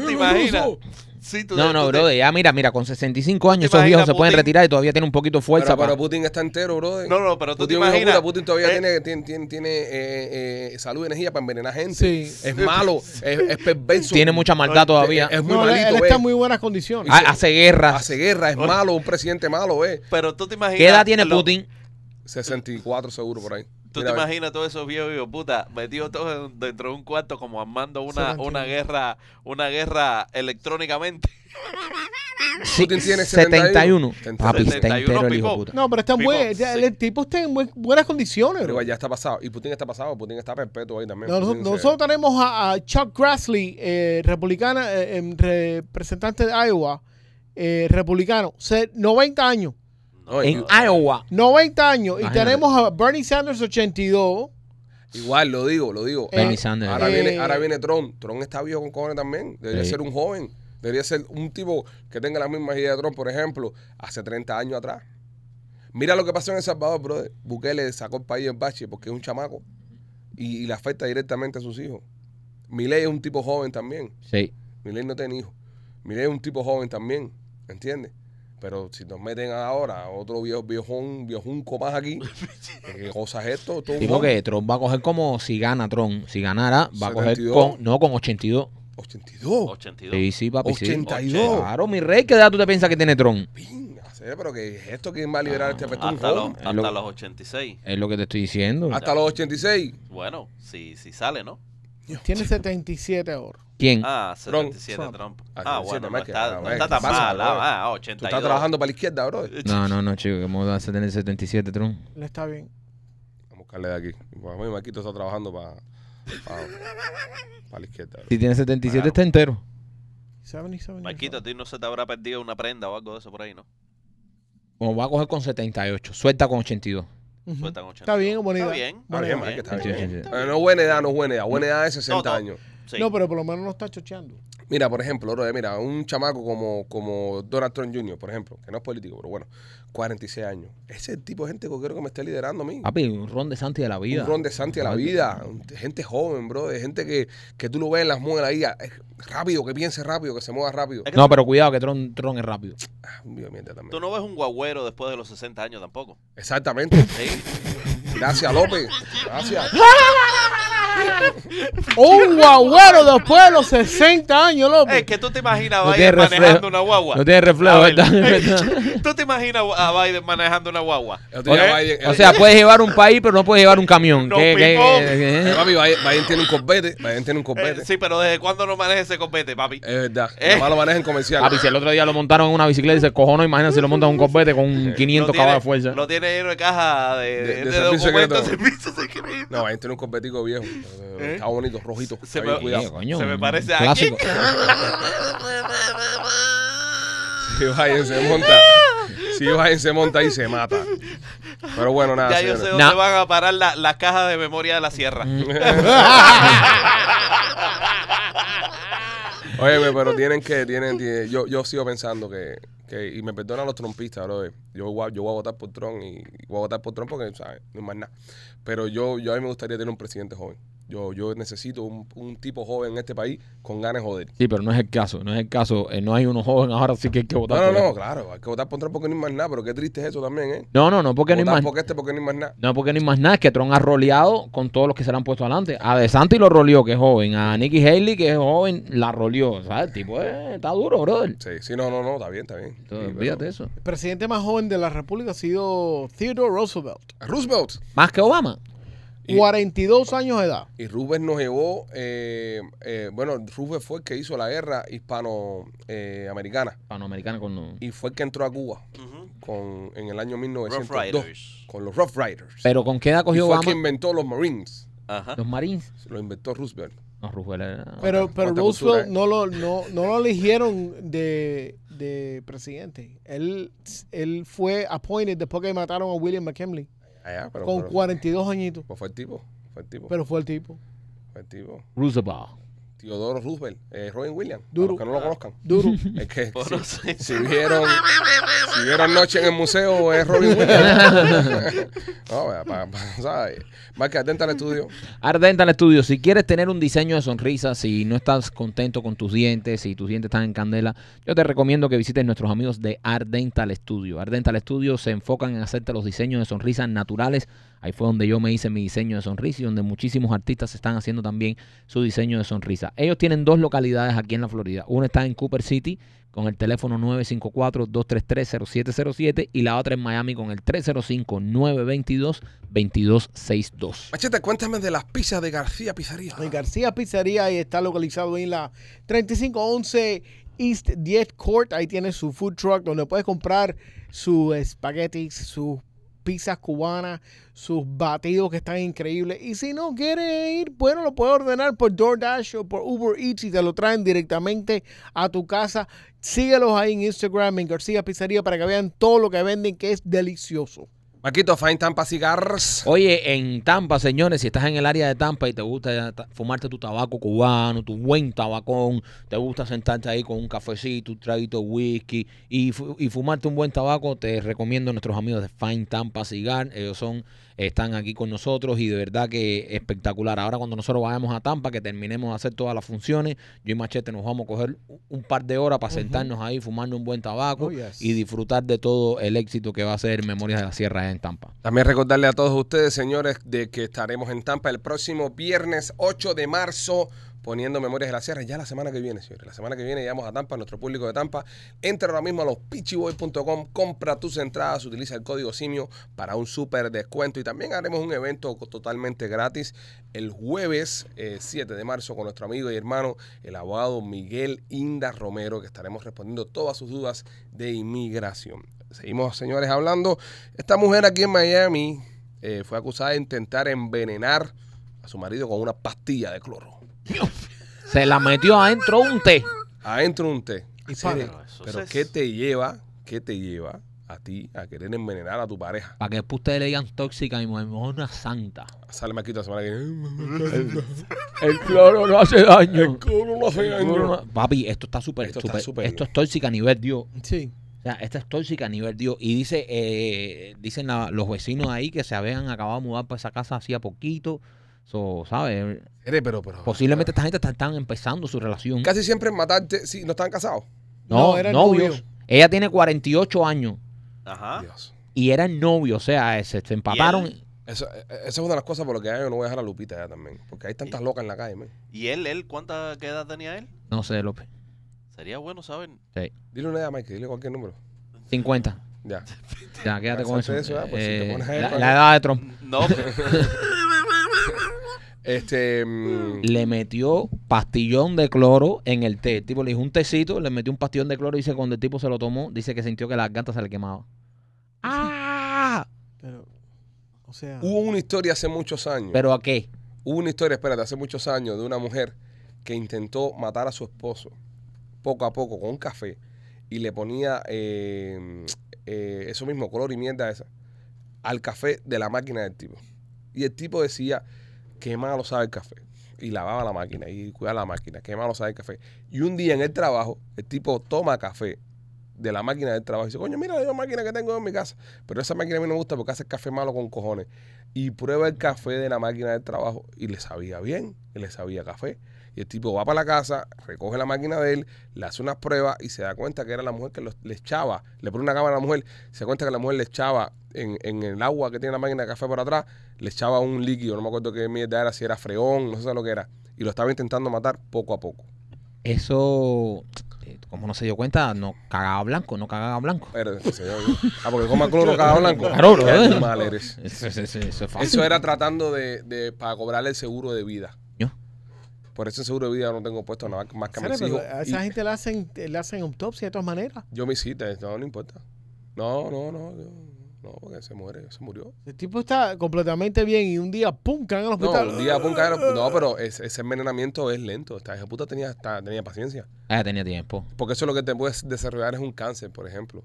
A: Yo
C: te
A: lo
C: imaginas?
A: uso.
C: Sí, tú
B: No,
C: te-
B: no,
C: tú te-
B: bro, ya mira, mira, con 65 años esos
C: imaginas
B: viejos se pueden
C: Putin?
B: retirar y todavía tienen un poquito de fuerza.
A: pero, pero
B: pa-
A: Putin está entero, brother.
C: No, no, pero tú te
A: Putin, es un hijo de
C: imaginas.
A: puta, Putin todavía
C: Eh,
A: tiene, tiene, tiene, tiene, eh, eh, salud y energía para envenenar gente.
D: Sí.
A: Es malo, es, es perverso.
B: tiene mucha maldad todavía.
A: Es muy
D: No, él-
A: malito,
D: él
A: ve. Ah,
D: está en muy buenas condiciones.
B: Ha- hace guerras.
A: eh, Hace guerra, es malo, un presidente malo, eh. ve.
C: Pero tú te imaginas.
B: ¿Qué edad tiene
C: lo-
B: Putin?
A: 64 seguro por ahí.
C: Tú
A: Mira,
C: te
A: ve.
C: imaginas todos esos viejos hijos de puta metidos todos en- dentro de un cuarto como armando una,
D: 71.
C: una guerra, una guerra electrónicamente.
B: Sí,
A: Putin tiene
B: 71.
A: 71.
B: Papi, está
C: 71
B: entero el hijo de
C: picó.
B: puta.
D: No, pero está en
C: Pipo,
D: buen- ya,
C: sí.
D: el tipo está en buen- buenas condiciones.
A: Pero
D: bro.
A: ya está pasado. Y Putin está pasado, Putin está perpetuo ahí también.
D: Nos-
A: Putin se-
D: nosotros tenemos a, a Chuck Grassley, eh, republicana, eh, em, representante de Iowa, eh, republicano, se- 90 años.
A: No, y-
B: En Iowa.
D: 90 años. Y
B: Imagínate.
D: tenemos a Bernie Sanders, 82.
A: Igual, lo digo, lo digo.
D: Eh, Bernie
B: Sanders.
A: Ahora,
D: Eh,
A: viene, ahora viene Trump. Trump está viejo con cojones también. Debería
B: Sí.
A: ser un joven. Debería ser un tipo que tenga las mismas ideas de Trump, por ejemplo, hace 30 años atrás. Mira lo que pasó en El Salvador, brother. Bukele sacó el país del bache porque es un chamaco y, y le afecta directamente a sus hijos. Milei es un tipo joven también.
B: Sí.
A: Milei no tiene hijos. Milei es un tipo joven también, ¿entiendes? Pero si nos meten ahora a otro viejo, viejón, viejunco más aquí, ¿qué cosa es esto? Todo un
B: Digo
A: joven.
B: que Trump va a coger como si gana Trump. Si ganara, va a coger
A: 72.
B: con. No, con 82.
A: 82.
C: 82.
B: Sí, sí, papi. sí.
A: 82.
B: Claro, mi rey, ¿qué edad tú te piensas que tiene Trump?
A: Pinga, señor, pero que es esto quién va a liberar este apetón
C: Ah, Hasta, los,
A: joven?
C: hasta
B: Lo-
C: los 86.
B: Es lo que te estoy diciendo.
A: Hasta los 86.
C: Bueno, si, si sale, ¿no?
D: Tiene 77 ahora.
B: ¿Quién?
C: Ah,
A: Trump.
C: 77 Trump.
A: Ah,
C: Ah,
A: 77,
C: bueno, no
A: Michael,
C: está,
A: ah,
C: no
A: Michael,
C: está tan
A: ¿qué pasa,
C: mal.
A: bro?
C: Ah, ah,
A: Tú
C: 82.
A: estás trabajando para la izquierda, bro. Vamos
B: No, no, no, chico, ¿cómo vas a tener 77, Trump?
D: Le está bien.
A: a buscarle de aquí. Para mí, Marquito está trabajando para, para, la izquierda. bro.
B: Si tiene 77,
A: Claro.
B: está entero.
D: 77
C: Maquito, a ti no se te habrá perdido una prenda o algo de eso por ahí, ¿no?
B: O va a coger con 78. Suelta con 82.
D: Ujú.
C: Sueltan 82.
D: Está bien, buena
C: Está
D: idea.
C: bien.
A: Está
D: Bueno,
A: bien,
D: bueno.
A: Mike, está
B: Sí,
A: bien.
B: sí, sí.
A: Eh, No es buena edad, no es buena edad. Buena edad es 60
C: No, no.
A: años.
C: Sí.
D: No, pero por lo menos no está chocheando.
A: Mira, por ejemplo, bro, eh, mira, un chamaco como, como Donald Trump Jr., por ejemplo, que no es político, pero bueno, 46 años. Ese es el tipo de gente que quiero que me esté liderando a mí.
B: Papi, un ron de Santi de la vida.
A: Un ron de Santi a la vida. Gente joven, bro. De gente que, que tú lo ves en las muelas ahí. eh, Rápido, que piense rápido, que se mueva rápido.
B: No, pero cuidado, que Tron, Tron es rápido.
A: Ah, un video de mierda también.
C: Tú no ves un guagüero después de los 60 años tampoco.
A: Exactamente.
C: Sí.
A: Gracias, López. Gracias.
D: ¡Oh, Un guagüero después de los 60 años, López.
C: Es que tú te imaginas a
B: No
C: Biden
B: tiene reflejo.
C: manejando una guagua.
B: No tiene reflejo,
C: A ver,
B: ¿verdad? ¿verdad?
C: ¿Tú te imaginas a Biden manejando una guagua?
A: El otro día
B: Ok.
A: Biden- el-
B: O sea, puedes llevar un país, pero no puedes llevar un camión.
C: No,
B: ¿Qué- qué-
C: pipón.
A: Eh,
B: qué-
A: papi, Biden, Biden tiene un corbete. Biden tiene un
C: Eh,
A: corbete.
C: sí, pero ¿desde cuándo no maneja ese copete, papi?
A: Es verdad.
C: Eh.
A: Nomás lo manejan comercial.
B: Papi, si el otro día lo montaron en una bicicleta y se cojonó, imagínate si lo montan en un corbete con 500
C: Lo tiene-
B: caballos de fuerza.
C: Lo tiene lleno de caja de,
A: De- de
C: de
A: servicio
C: documentos,
A: secreto.
C: servicio secreto.
A: No, Biden tiene un corbetico viejo. Está bonito, rojito.
C: Eh. Se
A: Está
C: me-
A: bien
B: Sí,
A: cuidado.
B: coño,
C: se me
B: un
C: parece a
B: clásico.
A: Si Biden se monta, si Biden se monta y se mata. Pero bueno, nada.
C: ya yo sé
A: señores.
C: dónde
B: Nah.
C: van a parar la- las cajas de memoria de la sierra.
A: Óyeme, pero tienen que, tienen, tienen- yo, yo sigo pensando que, que- y me perdonan los trompistas, bro. Yo, voy a- yo voy a votar por Trump y voy a votar por Trump porque, ¿sabes? No es más nada. Pero yo, yo a mí me gustaría tener un presidente joven. Yo, yo necesito un, un tipo joven en este país con ganas de joder.
B: Sí, pero no es el caso, no es el caso. Eh, no hay uno joven ahora, sí que hay que votar.
A: No, no,
B: por este. él.
A: no, claro, hay que votar por Trump porque no es más nada, pero qué triste es eso también, ¿eh?
B: No, no, no, porque no hay
A: votar
B: más.
A: por este porque no es más nada.
B: No, porque no hay más nada, es que Trump ha roleado con todos los que se le han puesto adelante. A DeSantis lo roleó, que es joven. A Nikki Haley, que es joven, la roleó. O sea, el tipo eh, está duro, brother.
A: Sí, sí, no, no, no, está bien, está bien. Sí,
B: Entonces,
A: pero-
B: olvídate eso.
D: El presidente más joven de la República ha sido Theodore Roosevelt.
A: Roosevelt.
B: Más que Obama.
A: Y-
D: 42 años de edad.
A: Y Rubén nos llevó, eh, eh, bueno, Rubén fue el que hizo la guerra hispano-americana
B: Panamericana con... no-
A: y fue el que entró a Cuba
C: Ujú.
A: con, en el año
C: Rough
A: 1902
C: Riders.
A: con los Rough Riders.
B: Pero con qué edad
A: y
B: cogió
A: fue el que
B: Obama.
A: inventó los Marines,
C: Ajá.
B: Los Marines.
A: lo inventó Roosevelt.
B: No, Roosevelt era-
D: Pero, pero
A: cuánta
D: Roosevelt
A: cultura, eh.
D: no lo, no, no lo eligieron de, de presidente. Él, él fue appointed después que mataron a William McKinley.
A: Allá, pero,
D: con
A: pero-
D: 42 añitos.
A: pues fue el tipo, fue el tipo,
D: Pero fue el tipo.
A: fue el tipo.
B: Roosevelt.
A: Teodoro Roosevelt, eh, Robin Williams, para
D: Duro.
A: los que no lo conozcan.
D: Duro.
A: Es que
C: Por
A: si,
C: no sé.
A: si vieron, si vieron noche en el museo es Robin Williams. no, para, ¿sabes? Marca, atenta al estudio.
B: Ardenta al estudio, si quieres tener un diseño de sonrisa, si no estás contento con tus dientes, si tus dientes están en candela, yo te recomiendo que visites nuestros amigos de Ardental Studio. Ardental Studio se enfocan en hacerte los diseños de sonrisas naturales. Ahí fue donde yo me hice mi diseño de sonrisa y donde muchísimos artistas están haciendo también su diseño de sonrisa. Ellos tienen dos localidades aquí en la Florida. Una está en Cooper City con el teléfono 954-233-0707 y la otra en Miami con el 305-922-2262.
A: Machete, cuéntame de las pizzas de García Pizzería.
D: En García Pizzería y está localizado en la 3511 East 10 Court. Ahí tiene su food truck donde puedes comprar sus espaguetis, sus pizzas cubanas, sus batidos que están increíbles. Y si no quieres ir, bueno, lo puedes ordenar por DoorDash o por Uber Eats y te lo traen directamente a tu casa. Síguelos ahí en Instagram, en García Pizzería, para que vean todo lo que venden, que es delicioso.
A: Maquito, Fine Tampa Cigars.
B: Oye, en Tampa, señores, si estás en el área de Tampa y te gusta ta- fumarte tu tabaco cubano, tu buen tabacón, te gusta sentarte ahí con un cafecito, un traguito de whisky y, fu- y fumarte un buen tabaco, te recomiendo a nuestros amigos de Fine Tampa Cigar. Ellos son, están aquí con nosotros y de verdad que espectacular. Ahora cuando nosotros vayamos a Tampa, que terminemos de hacer todas las funciones, yo y Machete nos vamos a coger un- un par de horas para sentarnos ahí, fumarnos un buen tabaco
D: Oh, yes.
B: y disfrutar de todo el éxito que va a ser Memorias de la Sierra en Tampa.
A: También recordarle a todos ustedes, señores, de que estaremos en Tampa el próximo viernes 8 de marzo poniendo Memorias de la Sierra. Ya la semana que viene, señores. La semana que viene llegamos a Tampa, nuestro público de Tampa. Entra ahora mismo a los pitchyboy.com, compra tus entradas, utiliza el código simio para un súper descuento. Y también haremos un evento co- totalmente gratis el jueves eh, 7 de marzo con nuestro amigo y hermano, el abogado Miguel Inda Romero, que estaremos respondiendo todas sus dudas de inmigración. Seguimos, señores, hablando. Esta mujer aquí en Miami eh, fue acusada de intentar envenenar a su marido con una pastilla de cloro.
B: Se la metió adentro un té.
A: Adentro un té.
D: Y
A: Sí,
D: paga.
C: Eso
A: Pero
C: es-
A: ¿qué te lleva, qué te lleva a ti a querer envenenar a tu pareja?
B: Para que después ustedes le digan tóxica y mejor una santa.
A: Sale Maquito la semana que viene.
B: El cloro no hace daño.
A: cloro no hace daño.
B: Papi, esto está súper,
A: Esto está
B: súper-
A: súper
B: Esto
A: bien.
B: es tóxica a nivel Dios.
D: Sí.
B: O sea, esta es tóxica a nivel Dios. Y dice, eh, dicen la- los vecinos ahí que se habían acabado de mudar para esa casa hacía poquito. So, ¿sabes?
A: Eres, pero, pero.
B: Posiblemente esta gente está, están empezando su relación.
A: Casi siempre en matarte, sí, no están casados.
B: No,
D: No, eran
B: novios.
D: novios.
B: Ella tiene 48 años
C: Ajá.
A: Dios.
C: Ah.
B: y eran novios. O sea, eh, se, se empataron.
A: Eso, eh, esa es una de las cosas por las que yo no voy a dejar a Lupita ya también. Porque hay tantas locas en la calle, man.
C: ¿Y él, él, cuánta qué edad tenía él?
B: No sé, López.
C: Sería bueno saben
B: Sí.
A: Dile una idea, Mike, dile cualquier número.
B: 50.
A: Ya.
B: Ya, quédate con eso.
A: Exacto, eso, ah, pues, si te
B: Eh,
A: pones ahí
B: la,
A: para-
B: la edad de Trump.
C: No,
A: Este. mm,
B: Le metió pastillón de cloro en el té. El tipo le dijo un tecito, le metió un pastillón de cloro y dice cuando el tipo se lo tomó, dice que sintió que la garganta se le quemaba. ¡Ah!
D: Pero, o sea,
A: hubo una historia hace muchos años.
B: ¿Pero a qué?
A: Hubo una historia, espérate, hace muchos años de una mujer que intentó matar a su esposo poco a poco con un café y le ponía eh, eh, eso mismo, color y mierda esa, al café de la máquina del tipo. Y el tipo decía, qué malo sabe el café. Y lavaba la máquina y cuidaba la máquina, qué malo sabe el café. Y un día en el trabajo, el tipo toma café de la máquina del trabajo y dice, coño, mira la misma máquina que tengo en mi casa. Pero esa máquina a mí no me gusta porque hace café malo con cojones y prueba el café de la máquina del trabajo y le sabía bien, y le sabía café. Y el tipo va para la casa, recoge la máquina de él, le hace unas pruebas y se da cuenta que era la mujer que los- le echaba, le pone una cámara a la mujer, se da cuenta que la mujer le echaba en, en el agua que tiene la máquina de café por atrás, le echaba un líquido, no me acuerdo qué mierda era, si era freón, no sé lo que era. Y lo estaba intentando matar poco a poco.
B: Eso, eh, como no se dio cuenta, no cagaba blanco, no cagaba blanco.
A: Pero, señor, ah, porque coma cloro cada blanco.
B: Claro,
A: Qué
B: bro.
A: animal eres.
B: Eso, eso- eso- eso es fácil.
A: Eso era tratando de, de- para cobrarle el seguro de vida.
B: Yo.
A: Por eso el seguro de vida no tengo puesto nada más que a
D: Sara,
A: mis
D: pero
A: hijos.
D: a
A: Y
D: esa gente le hacen, le hacen autopsia de todas maneras.
A: Yo me hiciste, no, no importa. No, no, no, yo- no, porque se muere, se murió.
D: El tipo está completamente bien y un día, ¡pum!, caen al
A: No,
D: hospital.
A: un día pum, caer- no, pero ese, ese envenenamiento es lento. Esta hija puta tenía, esta- tenía paciencia.
B: Ah, tenía tiempo.
A: Porque eso lo que te puedes desarrollar es un cáncer, por ejemplo.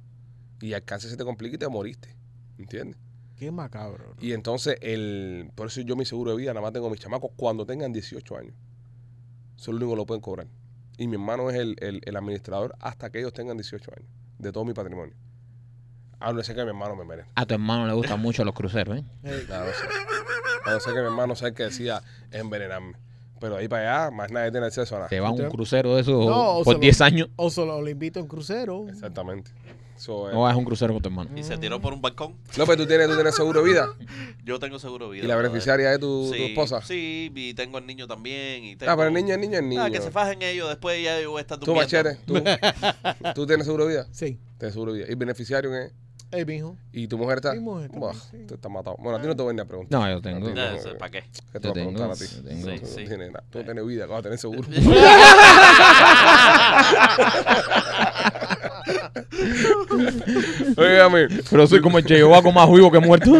A: Y al cáncer se te complica y te moriste. ¿Entiendes?
D: Qué macabro.
A: Y entonces, el, por eso yo mi seguro de vida, nada más tengo mis chamacos cuando tengan 18 años. Son los únicos que lo pueden cobrar. Y mi hermano es el, el- el administrador hasta que ellos tengan 18 años, de todo mi patrimonio. A no ser que mi hermano me merezca.
B: A tu hermano le gustan mucho los cruceros, ¿eh?
D: Eh,
A: A no ser, a no ser que mi hermano sea el que decía envenenarme. Pero de ahí para allá, más nadie tiene acceso a nada.
B: Se va a un
D: Usted-
B: crucero de esos
D: No, o se
B: por
D: lo-
B: 10 años.
D: o solo le invito a un crucero.
A: Exactamente. So, eh,
B: No vas a un crucero con tu hermano.
C: y se tiró por un balcón.
A: López, ¿tú tienes, tú tienes seguro de vida.
C: Yo tengo seguro de vida.
A: Y la
C: brother.
A: beneficiaria es tu, tu
C: Sí,
A: esposa.
C: Sí, y tengo al niño también. Y tengo...
A: Ah, pero el niño, el niño, el niño.
C: Ah, que se fajen ellos, después ya yo voy a estar
A: tú,
C: durmiendo.
A: machete, tú, tú tienes seguro de vida.
D: Sí.
A: Tienes seguro de vida. ¿Y beneficiario qué?
D: Eh, mijo.
A: ¿Y tu mujer está?
D: Mi mujer también,
A: Buah,
D: sí.
A: tú estás matado. Bueno, a ti no te voy ni a preguntar.
B: No, yo tengo.
A: A ti
C: Ya, eso, ¿Para qué?
A: ¿Qué te
B: Yo
A: voy a preguntar
B: tengo,
A: a ti?
B: yo tengo.
A: Tú,
C: Sí,
A: no
C: sí.
A: tienes nada. Tú no tienes vida, vas a tener seguro. Óigame,
B: Pero soy como el Che Guaco más vivo que muerto.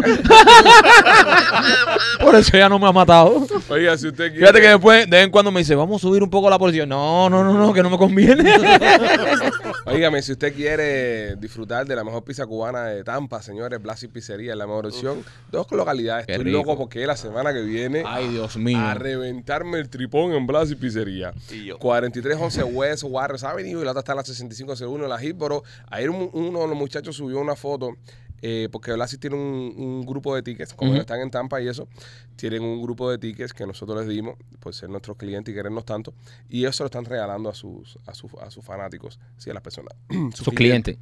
B: Por eso ya no me ha matado.
A: oiga, si usted quiere.
B: Fíjate que después, de vez en cuando me dice, vamos a subir un poco la porción. No, no, no, no, que no me conviene.
A: Óigame, si usted quiere disfrutar de la mejor pizza cubana de Tampa, señores, Blas y Pizzería es la mejor opción. Dos localidades.
B: Qué
A: Estoy
B: rico.
A: loco porque la semana que viene
B: Ay, Dios mío.
A: a reventarme el tripón en Blas y Pizzería.
C: Y yo.
A: 4311 West Warriors Avenue y la otra está en la 6501 en la Hillboro. Ayer un- uno de los muchachos subió una foto eh, porque Blasi tiene un, un grupo de tickets, como
B: Ujú.
A: ellos están en Tampa y eso, tienen un grupo de tickets que nosotros les dimos, pues ser nuestros clientes y querernos tanto, y eso lo están regalando a sus, a sus, a sus fanáticos, sí, a las personas.
B: Sus clientes.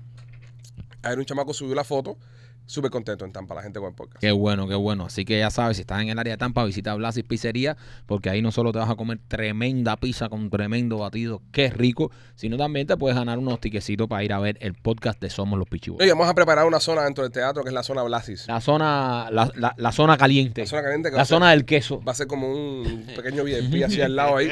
A: Ayer un chamaco subió la foto, súper contento en Tampa, la gente con el podcast.
B: Qué bueno, qué bueno. Así que ya sabes, si estás en el área de Tampa, visita Blasis Pizzería, porque ahí no solo te vas a comer tremenda pizza con tremendo batido, qué rico, sino también te puedes ganar unos tiquecitos para ir a ver el podcast de Somos los Pichibos.
A: Oye, vamos a preparar una zona dentro del teatro que es la zona Blasis.
B: La zona, la, la- la zona caliente.
A: La zona caliente que va
B: La
A: a ser-
B: zona del queso.
A: Va a ser como un pequeño VIP hacia al lado ahí.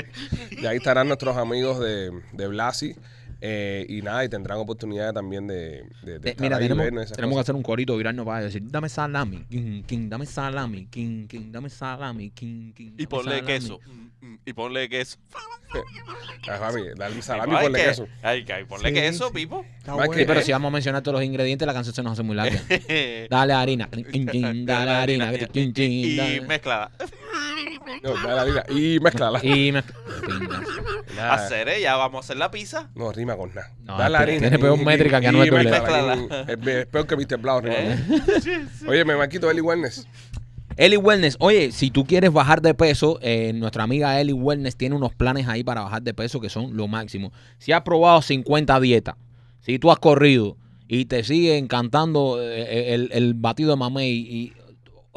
A: Y ahí estarán nuestros amigos de, de Blasi. eh, y nada, y tendrán oportunidad también de, de, de
B: Te-
A: estar
B: Eh, mira,
A: ahí,
B: tenemos,
A: vernos y esas
B: tenemos que
A: cosas.
B: hacer un corito virarnos para decir, dame salami, king, king, dame salami, king, king, dame salami, king, king.
C: Y
B: dame
C: ponle
B: salami".
C: queso. Mm, mm, Y ponle queso.
A: Ah, Javi, dale salami
C: Ay,
A: por
C: que-
A: queso.
C: Ay, que- ponle
D: Sí,
C: queso,
D: sí.
C: Pipo.
D: Está
A: Más que-
B: Sí,
D: bueno.
B: pero si vamos a mencionar todos los ingredientes, la canción se nos hace muy larga.
C: y
B: Dale harina, king, king, dale harina, king, king, dale-
C: mezclada.
A: No, dale, dale, y mezclala.
B: Y me...
A: Nada.
C: Hacer, eh, ya vamos a hacer la pizza.
A: No, rima con nada.
B: No,
A: Dale
B: espera,
A: harina.
B: tiene
A: y-
B: peor
A: y-
B: métrica que
A: y
B: Anuel Doble.
A: mezclala. Es, es peor que Mr. Blau, rima
C: ¿Eh?
A: con nada. Oye, me maquito Eli Wellness.
B: Eli Wellness, oye, si tú quieres bajar de peso, eh, nuestra amiga Eli Wellness tiene unos planes ahí para bajar de peso que son lo máximo. Si has probado 50 dietas, si tú has eh, corrido y te sigue encantando eh, el, el batido de mamey y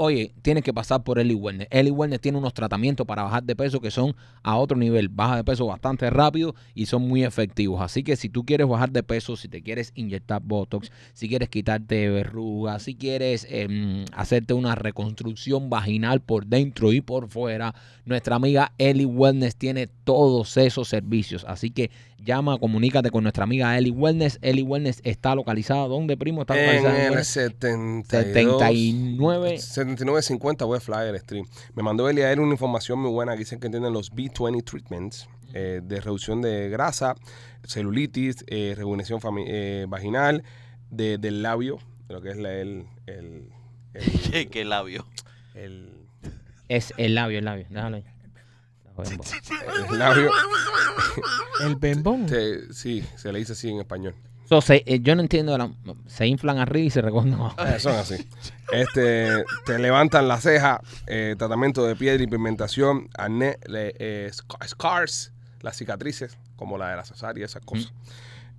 B: oye, tienes que pasar por Eli Wellness. Eli Wellness tiene unos tratamientos para bajar de peso que son a otro nivel. Baja de peso bastante rápido y son muy efectivos. Así que si tú quieres bajar de peso, si te quieres inyectar Botox, si quieres quitarte verrugas, si quieres em, hacerte una reconstrucción vaginal por dentro y por fuera, nuestra amiga Eli Wellness tiene todos esos servicios. Así que llama, comunícate con nuestra amiga Eli Wellness. Eli Wellness está localizada. ¿Dónde, primo? Está
A: En el
B: localizada. Wellness.
A: 79.
B: 79.
A: 79.50 voy a flyer stream. Me mandó él y a él una información muy buena que dicen que tienen los B20 treatments eh, de reducción de grasa, celulitis, eh, rejuvenación fami- eh, vaginal, de, del labio, de lo que es la- el, el, el-
C: Qué labio.
A: el-
B: Es el labio, el labio. Déjalo ahí. Déjalo ahí en boca.
A: el labio.
D: El bembón.
A: Se- sí, se le dice así en español.
B: So, se- eh, yo no entiendo. la- se inflan arriba y se recogen abajo.
A: Eh, son así. Este, te levantan la ceja, eh, tratamiento de piel, pigmentación, acné, le- eh, sc- scars, las cicatrices, como la de la cesárea, esas cosas.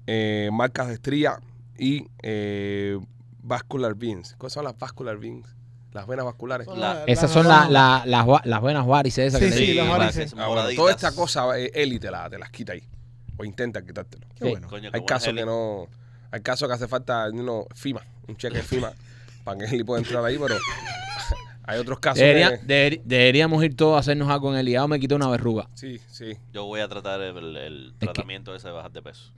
A: Eh, marcas de estría y eh, vascular veins. ¿Cuáles son las vascular veins? Las venas vasculares.
D: Son
C: La-
B: Esas son la- la- las, va- las buenas varices esas
D: Sí,
B: que te
D: sí,
B: dicen.
D: las varices.
A: Ah, bueno, toda esta cosa, eh, Eli te, la, te las quita ahí. O intenta quitártelo.
D: Qué bueno.
A: Hay casos que no. Hay casos que hace falta no, FIMA, un cheque de FIMA, para que Eli pueda entrar ahí, pero hay otros casos
B: Debería-
A: que.
B: deber- deberíamos ir todos a hacernos algo en el hígado. Me quité una verruga.
A: Sí, sí.
C: Yo voy a tratar el, el
B: que-
C: tratamiento ese de bajar de peso.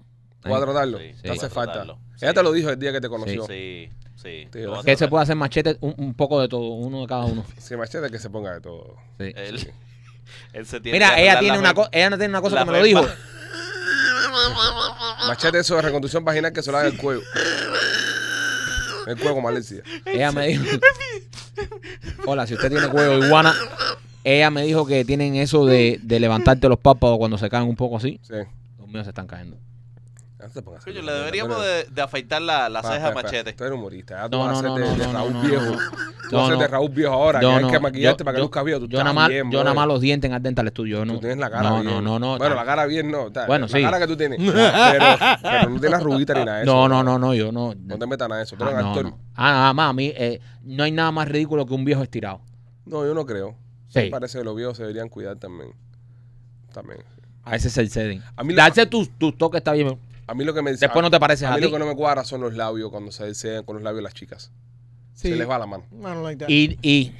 A: Voy a tratarlo.
C: Sí,
A: te
B: sí.
A: hace
C: Voy a
A: falta.
C: tratarlo.
A: Ella
C: Sí.
A: te lo dijo el día que te conoció. Sí,
C: Sí, sí.
A: Sí,
C: lo voy a
A: gracias.
B: Que se
C: tratar.
B: puede hacer machete, un, un poco de todo, uno de cada uno.
A: machete que se ponga de todo.
B: Sí.
C: Él, él se tiene
B: Mira,
C: que
B: ella
C: arreglar
B: tiene
C: la
B: una
C: re-
B: cosa, ella no tiene una cosa
C: la
B: que me lo dijo.
C: repa-
A: Machete eso de reconstrucción vaginal que se lo haga el cuello. El cuello como Alexia.
B: Ella me dijo. Hola, si usted tiene cuello de iguana. Ella me dijo que tienen eso de, de levantarte los párpados cuando se caen un poco así.
A: Sí.
B: Los míos se están cayendo.
A: No te pongas así.
C: Coño, le deberíamos de, de afeitar la, la
A: Pa,
C: ceja a
A: pa, pa.
C: machete.
A: Tú eres humorista. Ya tú
B: No,
A: vas a
B: no,
A: ser
B: no,
A: de, de
B: no, no,
A: Raúl
B: no, no,
A: viejo.
B: no.
A: Tú vas a
B: No,
A: ser de
B: no.
A: Raúl viejo ahora.
B: Yo
A: que hay
B: no,
A: que maquillarte
B: yo-
A: para que
B: yo-
A: luzca viejo. Tú
B: yo
A: estás
B: nada más,
A: bien,
B: yo nada
A: brother.
B: más los dientes en el dental estudio. yo no,
A: Tú tienes la cara
B: no,
A: bien.
B: no, no, no.
A: Bueno,
B: ta-
A: la cara bien no. ta-
B: Bueno,
A: la
B: sí.
A: cara que tú tienes. pero, pero no tienes arruguita ni nada de eso.
B: no, no, no, no, yo no.
A: No te metas nada de eso. Tú
B: Ah,
A: eres
B: no,
A: actor.
B: no. Ah, nada más, a mí eh, no hay nada más ridículo que un viejo estirado.
A: No, yo no creo.
B: Sí.
A: Me parece que los viejos se deberían cuidar también. También.
B: A ese es el setting.
A: A mí lo-
B: Darse tus tus toques está bien.
A: A mí lo que me
B: Después no te pareces
A: a
B: a
A: mí
B: ti.
A: lo que no me cuadra son los labios cuando se desean con los labios las chicas.
D: Sí.
A: Se les va la mano.
D: I don't like that.
B: Y, y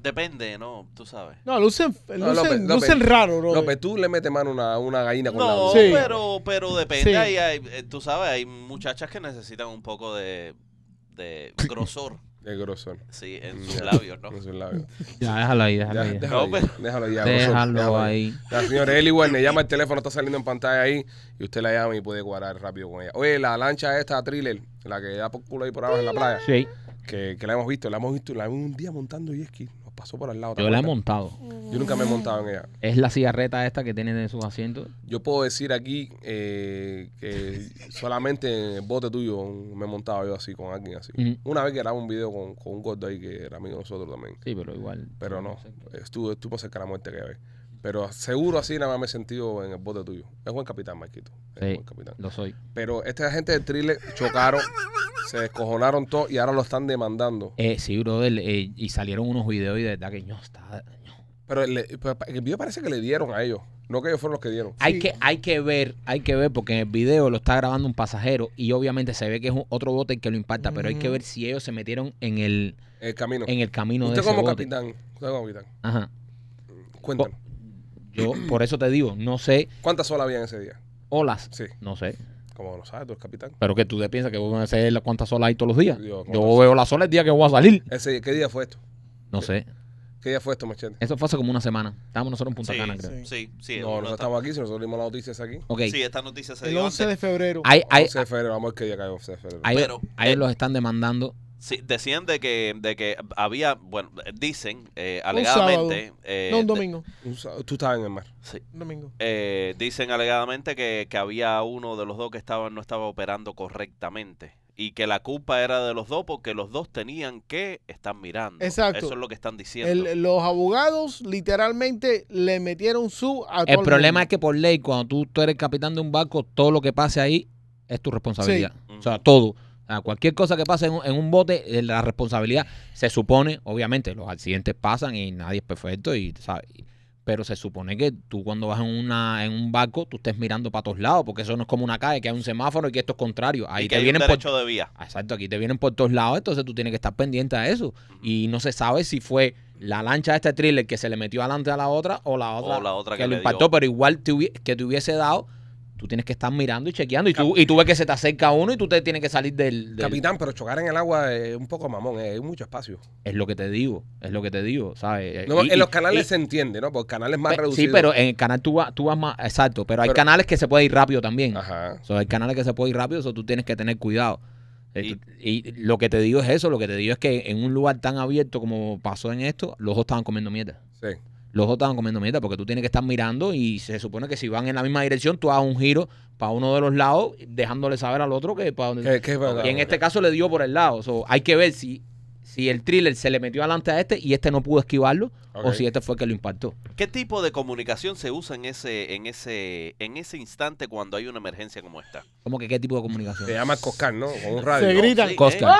C: Depende, ¿no? Tú sabes.
D: No, lucen, lucen,
A: No, López, López.
D: lucen raro, bro.
A: López, tú le metes mano a una, una gallina con
C: No,
A: labios.
D: Sí.
C: pero, pero depende.
D: Sí.
C: Hay- hay- eh, tú sabes, hay muchachas que necesitan un poco de, de grosor,
A: Es grosor.
C: sí, en sus
A: Ya,
C: labios, ¿no?
A: En sus labios.
B: ya, déjalo ahí,
A: Ya,
B: déjalo ahí.
A: déjalo,
C: No,
A: ahí, déjalo ahí, ya, grosor,
B: Déjalo
A: déjalo
B: ahí.
A: La señora Eli Werner llama el teléfono, está saliendo en pantalla ahí y usted la llama y puede cuadrar rápido con ella. Oye, la lancha esta thriller, la que da por culo ahí por abajo en la playa,
B: Sí,
A: que, que la hemos visto, la hemos visto, la vimos un día montando jet ski, nos pasó por al lado. ¿te
B: yo la he
A: acuerdas?
B: montado.
A: Yo nunca me he montado en ella.
B: Es la cigarreta esta que tienen en sus asientos.
A: Yo puedo decir aquí eh, que solamente en el bote tuyo me he montado yo así con alguien así.
B: Ujú.
A: Una vez que grabamos un video con, con un gordo ahí que era amigo de nosotros también.
B: Sí, pero igual.
A: Pero no, estuvo, estuvo cerca de la muerte que hay. Pero seguro así nada más me he sentido en el bote tuyo. Es buen capitán, Marquito. Es
B: Sí.
A: buen capitán.
B: Lo soy.
A: Pero esta gente de Trile chocaron, se descojonaron todo y ahora lo están demandando.
B: Eh, sí, brother. eh, y salieron unos videos y de verdad que no está. ño.
A: Pero le- pero el video parece que le dieron a ellos, no que ellos fueron los que dieron.
B: Hay, que, hay que ver, hay que ver, porque en el video lo está grabando un pasajero y obviamente se ve que es un- otro bote el que lo impacta, pero hay que ver si ellos se metieron en el,
A: El camino.
B: en el camino de
A: usted
B: ese
A: como
B: bote.
A: capitán, usted como capitán,
B: Ajá.
A: cuéntanos.
B: Yo, por eso te digo, no sé
A: ¿Cuántas olas habían ese día?
B: olas.
A: Sí,
B: No sé.
A: como lo sabes, tú eres capitán.
B: Pero que tú te piensas que voy a hacer las cuantas olas hay todos los días.
A: Dios,
B: Yo,
A: ¿cuántas?
B: veo la sola el día que voy a salir.
A: Ese, ¿Qué día fue esto?
B: No sé.
A: ¿Qué día fue esto, Machete?
B: Eso fue hace como una semana. Estábamos nosotros en Punta
C: Sí,
B: Cana, creo.
C: sí, sí. sí,
A: no,
C: uno
A: nosotros
C: está-
A: estamos aquí, si nosotros dimos las noticias aquí.
B: Ok.
C: sí, esta noticia se
D: El
C: dio
D: 11
C: antes.
D: de febrero.
B: Hay, hay,
A: 11 de febrero, vamos a ver qué día cae 11 de febrero.
B: hay-
C: Pero,
B: a ellos los están demandando.
C: Sí, decían de que, de que había, bueno, dicen, eh, alegadamente, eh,
D: no, un
C: de-
D: domingo.
A: Un sa- Tú estabas en el mar.
C: sí,
D: Un domingo.
C: eh, dicen alegadamente que, que había uno de los dos que estaba, no estaba operando correctamente y que la culpa era de los dos porque los dos tenían que estar mirando.
D: Exacto.
C: Eso es lo que están diciendo.
D: El- los abogados literalmente le metieron su a todo
B: El problema es
D: mundo.
B: que por ley, cuando tú, tú eres capitán de un barco, todo lo que pase ahí es tu responsabilidad.
C: Sí.
B: O sea, todo. sea, cualquier cosa que pase en, un- en un bote, eh, la responsabilidad se supone, obviamente, los accidentes pasan y nadie es perfecto, y ¿sabes? Y- pero se supone que tú cuando vas en, una, en un barco, tú estés mirando para todos lados, porque eso no es como una calle, que hay un semáforo y que esto es contrario. Ahí
C: y que
B: te
C: hay
B: vienen
C: un
B: por,
C: derecho de vía.
B: Ah, Exacto, aquí te vienen por todos lados, entonces tú tienes que estar pendiente a eso. Y no se sabe si fue la lancha de este thriller que se le metió adelante a la otra o la otra,
C: O la otra que
B: lo
C: le
B: impactó,
C: dio.
B: pero igual te hubie- que te hubiese dado, tú tienes que estar mirando y chequeando. Y tú, y tú ves que se te acerca uno y tú te tienes que salir del. del-
A: Capitán, pero chocar en el agua es un poco mamón, eh, hay mucho espacio.
B: Es lo que te digo, es lo que te digo, ¿sabes? Eh,
A: No,
B: Y-
A: en los
B: y-
A: canales
B: y-
A: se entiende, ¿no? Porque canales más
B: pe-
A: reducidos.
B: Sí, pero en el canal tú, vas- tú vas más. Exacto, pero hay
A: Pero-
B: canales que se puede ir rápido también.
A: Ajá.
B: O sea, hay canales que se puede ir rápido, eso tú tienes que tener cuidado. Eh,
C: Y-
B: tú- Y, lo que te digo es eso, lo que te digo es que en un lugar tan abierto como pasó en esto, los dos estaban comiendo mierda.
A: Sí.
B: Los dos estaban comiendo mierda porque tú tienes que estar mirando y se supone que si van en la misma dirección, tú hagas un giro para uno de los lados, dejándole saber al otro que para donde...
A: ¿Qué- qué-
B: Mm. y en este caso le dio por el lado. So, hay que ver si, si el thriller se le metió adelante a este y este no pudo esquivarlo o
A: Ok.
B: si este fue el que lo impactó.
C: ¿Qué tipo de comunicación se usa en ese, en ese, en ese instante cuando hay una emergencia como esta?
B: ¿Cómo que qué tipo de comunicación?
A: Se llama Coscar, ¿no? Con un
D: Se
A: radio.
D: grita. gritan.
C: Sí, ¿eh?
B: Cosca.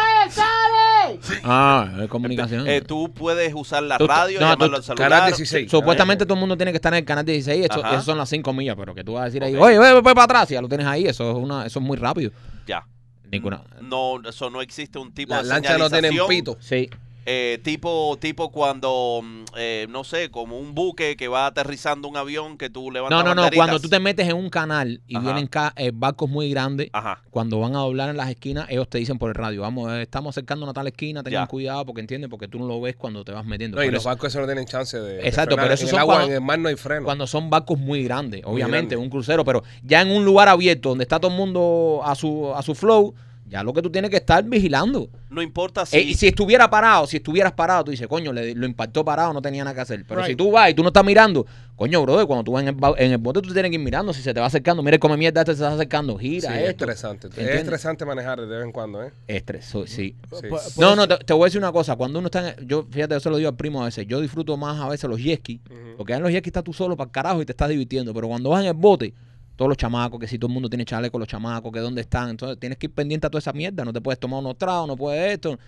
B: Ah, es comunicación.
C: Eh, tú puedes usar la
B: Tú-
C: radio,
B: no,
C: llamarlo
B: tú-
C: al celular.
A: Canal 16.
B: Supuestamente todo el mundo tiene que estar en el canal 16, eso,
C: Ajá.
B: esas son las 5 millas, pero que tú vas a decir ahí,
C: Ok.
B: oye, ve, ve, ve para atrás, y ya lo tienes ahí, eso es una, eso es muy rápido.
C: Ya.
B: Ninguna.
C: No, eso no existe un tipo
A: Las
C: de
A: lanchas no tienen
C: señalización,
A: pito.
B: Sí.
C: eh, tipo, tipo cuando, mm, eh, no sé, como un buque que va aterrizando un avión que tú levantas
B: No, no, no.
C: banderitas.
B: Cuando tú te metes en un canal y
C: Ajá. Ah.
B: vienen ca- eh, barcos muy grandes,
C: Ajá.
B: cuando van a doblar en las esquinas, ellos te dicen por el radio, vamos, eh, estamos acercando a tal esquina, tengan
C: Ya.
B: cuidado, porque entienden, porque tú no lo ves cuando te vas metiendo.
A: No, y
B: Por
A: los
B: eso-
A: barcos eso no tienen chance de. de
B: Exacto,
A: frenar.
B: pero esos
A: en el
B: son
A: agua,
B: cuando-
A: en el mar no hay freno.
B: Cuando son barcos muy grandes, obviamente,
A: grandes.
B: un crucero, pero ya en un lugar abierto donde está todo el mundo a su, a su flow, ya lo que tú tienes que estar vigilando.
C: No importa si...
B: Eh, y si estuviera parado, si estuvieras parado, tú dices, coño, le- lo impactó parado, no tenía nada que hacer. Pero
D: Right.
B: si tú vas y tú no estás mirando, coño, brother, cuando tú vas en el, ba- en el bote, tú tienes que ir mirando. Si se te va acercando, mira come mierda, este se está acercando,
A: Sí,
B: gira
A: es
B: esto.
A: estresante. Es
B: ¿Entiendes?
A: estresante manejar de vez en cuando, ¿eh?
B: Estrés, so- sí.
C: Pues,
A: Sí.
D: Por- por
B: No,
D: eso-
B: no, te, te voy a decir una cosa. Cuando uno está en, Yo, fíjate, yo se lo digo al primo a veces. Yo disfruto más a veces los jet ski,
A: Ujú.
B: Porque en los jet ski estás tú solo para el carajo y te estás divirtiendo. Pero cuando vas en el bote, todos los chamacos, que si todo el mundo tiene chaleco, los chamacos, que dónde están. Entonces tienes que ir pendiente a toda esa mierda. No te puedes tomar unos tragos, no puedes esto.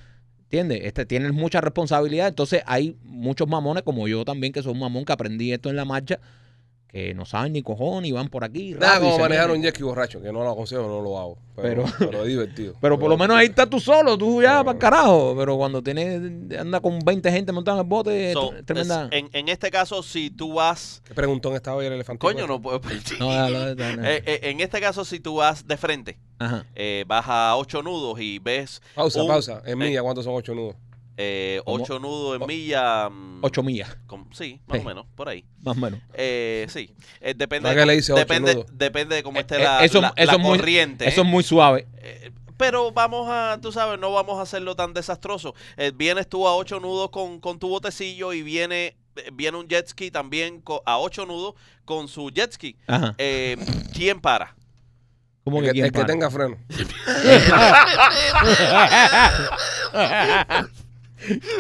B: ¿Entiendes? Este, tienes mucha responsabilidad. Entonces hay muchos mamones, como yo también, que soy un mamón que aprendí esto en la marcha, que no saben ni cojones y van por aquí.
A: Nada
B: rápido y
A: como
B: se
A: manejar
B: meten.
A: un jet ski borracho, que no lo aconsejo, no lo hago. Pero,
B: Pero-
A: pero, es divertido.
B: Pero por lo menos ahí estás tú solo, tú ya
A: Claro.
B: para carajo. Pero cuando tienes, anda con 20 gente montada en el bote,
C: so,
B: es tre- tremenda.
C: es- en, en este caso, si tú vas...
A: ¿Qué preguntón estaba hoy el elefante?
C: Coño, no puedo...
B: pues. No, déjalo, déjalo.
C: Eh, eh, en este caso, si tú vas de frente,
B: Ajá.
C: eh, vas a ocho nudos y ves
A: Pausa,
C: Un-
A: pausa. En
C: eh.
A: milla, ¿cuántos son ocho nudos?
C: eh,
B: Como-
C: ocho nudos en milla... mm,
B: 8 millas,
C: com- sí, más
B: Sí.
C: o menos, por ahí.
B: más o menos.
C: Eh, sí, Eh, depende,
A: ¿Para qué
C: de,
A: le
C: cómo-
A: dice ocho
C: depende,
A: nudos?
C: depende de cómo esté
B: Eh,
C: la,
B: eso-
C: la-
B: eso
C: la
B: es muy-
C: corriente.
B: Eso es muy suave.
C: Eh, pero vamos a, tú sabes, no vamos a hacerlo tan desastroso. Eh, vienes tú a ocho nudos con, con tu botecillo y viene, eh, viene un jet ski también co- a ocho nudos con su jet ski.
B: Ajá.
C: Eh, ¿Quién para?
B: ¿Cómo
A: El
B: que
A: que,
B: quién
A: el que
B: para?
A: tenga freno.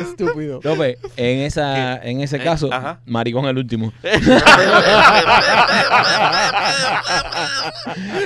D: Estúpido.
B: López, pues, en, esa, en ese
C: Eh,
B: caso,
C: ajá.
B: maricón el último.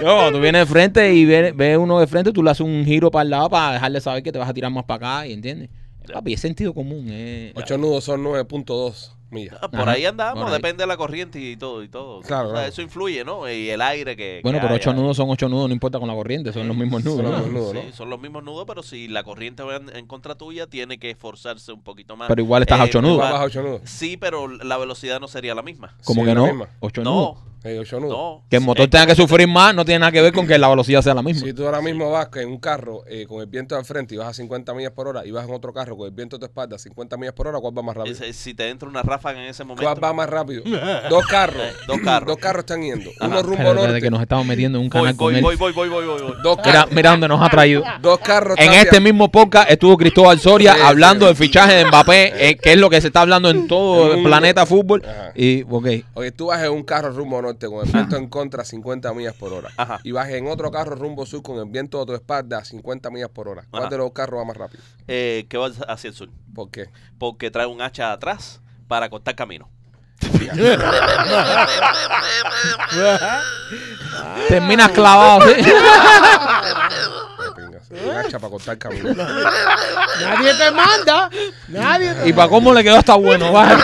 B: No, tú vienes de frente y ves, ves uno de frente, tú le haces un giro para el lado para dejarle saber que te vas a tirar más para acá, ¿y entiendes? Papi, es sentido común. Eh.
A: Ocho nudos son 9.2 millas.
C: Ah, Por
B: Ajá,
C: ahí andamos,
B: por ahí.
C: depende de la corriente y todo y todo.
A: Claro,
C: O sea,
A: claro.
C: Eso influye, ¿no? Y el aire que...
B: Bueno,
C: que
B: pero
C: haya.
B: ocho nudos son ocho nudos, no importa con la corriente, son los mismos nudos.
A: Son
B: ¿no?
A: los mismos nudos,
C: Sí,
A: ¿no?
C: son los mismos nudos, pero si la corriente va en, en contra tuya, tiene que esforzarse un poquito más. Eh,
B: Pero igual estás a ocho
A: Tú
B: nudos.
A: vas
C: igual-
A: a ocho nudos.
C: Sí, pero la velocidad no sería la misma.
B: Como
A: Sí, la
B: que no,
A: misma.
B: ocho nudos.
C: No,
A: Eh, ocho nudos.
C: no.
B: Que el motor tenga que sufrir más no tiene nada que ver con que la velocidad sea la misma.
A: Si tú ahora mismo vas en un carro eh, con el viento al frente y vas a 50 millas por hora y vas en otro carro con el viento a tu espalda a 50 millas por hora, ¿cuál va más rápido?
C: Si- Si te entra una ráfaga en ese momento.
A: ¿Cuál va más rápido? Dos carros.
C: dos carros.
A: Dos carros están yendo.
C: Ajá.
A: Uno rumbo
B: Pero desde
A: norte.
B: que nos estamos metiendo en un
C: Voy,
B: canal con
C: voy,
B: él.
C: voy, voy, voy, voy, voy, voy.
A: Dos
B: Mira,
A: carros.
B: mira dónde nos ha traído.
A: Dos carros
B: En
A: están via-
B: este mismo podcast estuvo Cristóbal Soria
A: Sí,
B: hablando
A: sí.
B: del fichaje de Mbappé, eh, que es lo que se está hablando en todo el
A: Mm.
B: planeta fútbol.
A: Ajá.
B: Y, ok,
A: Oye, tú vas en un carro rumbo norte con el viento en contra a 50 millas por hora.
C: Ajá.
A: Y vas en otro carro rumbo sur con el viento a tu espalda a 50 millas por hora. ¿Cuál
C: Ajá.
A: de los carros va más rápido?
C: Eh, ¿Qué vas hacia el sur?
A: ¿Por qué?
C: Porque trae un hacha atrás para cortar camino.
B: terminas clavado. ¿sí?
A: Qué pingas. Un hacha para cortar camino.
D: Nadie te manda. Nadie te
B: Y para cómo le quedó está bueno, vale.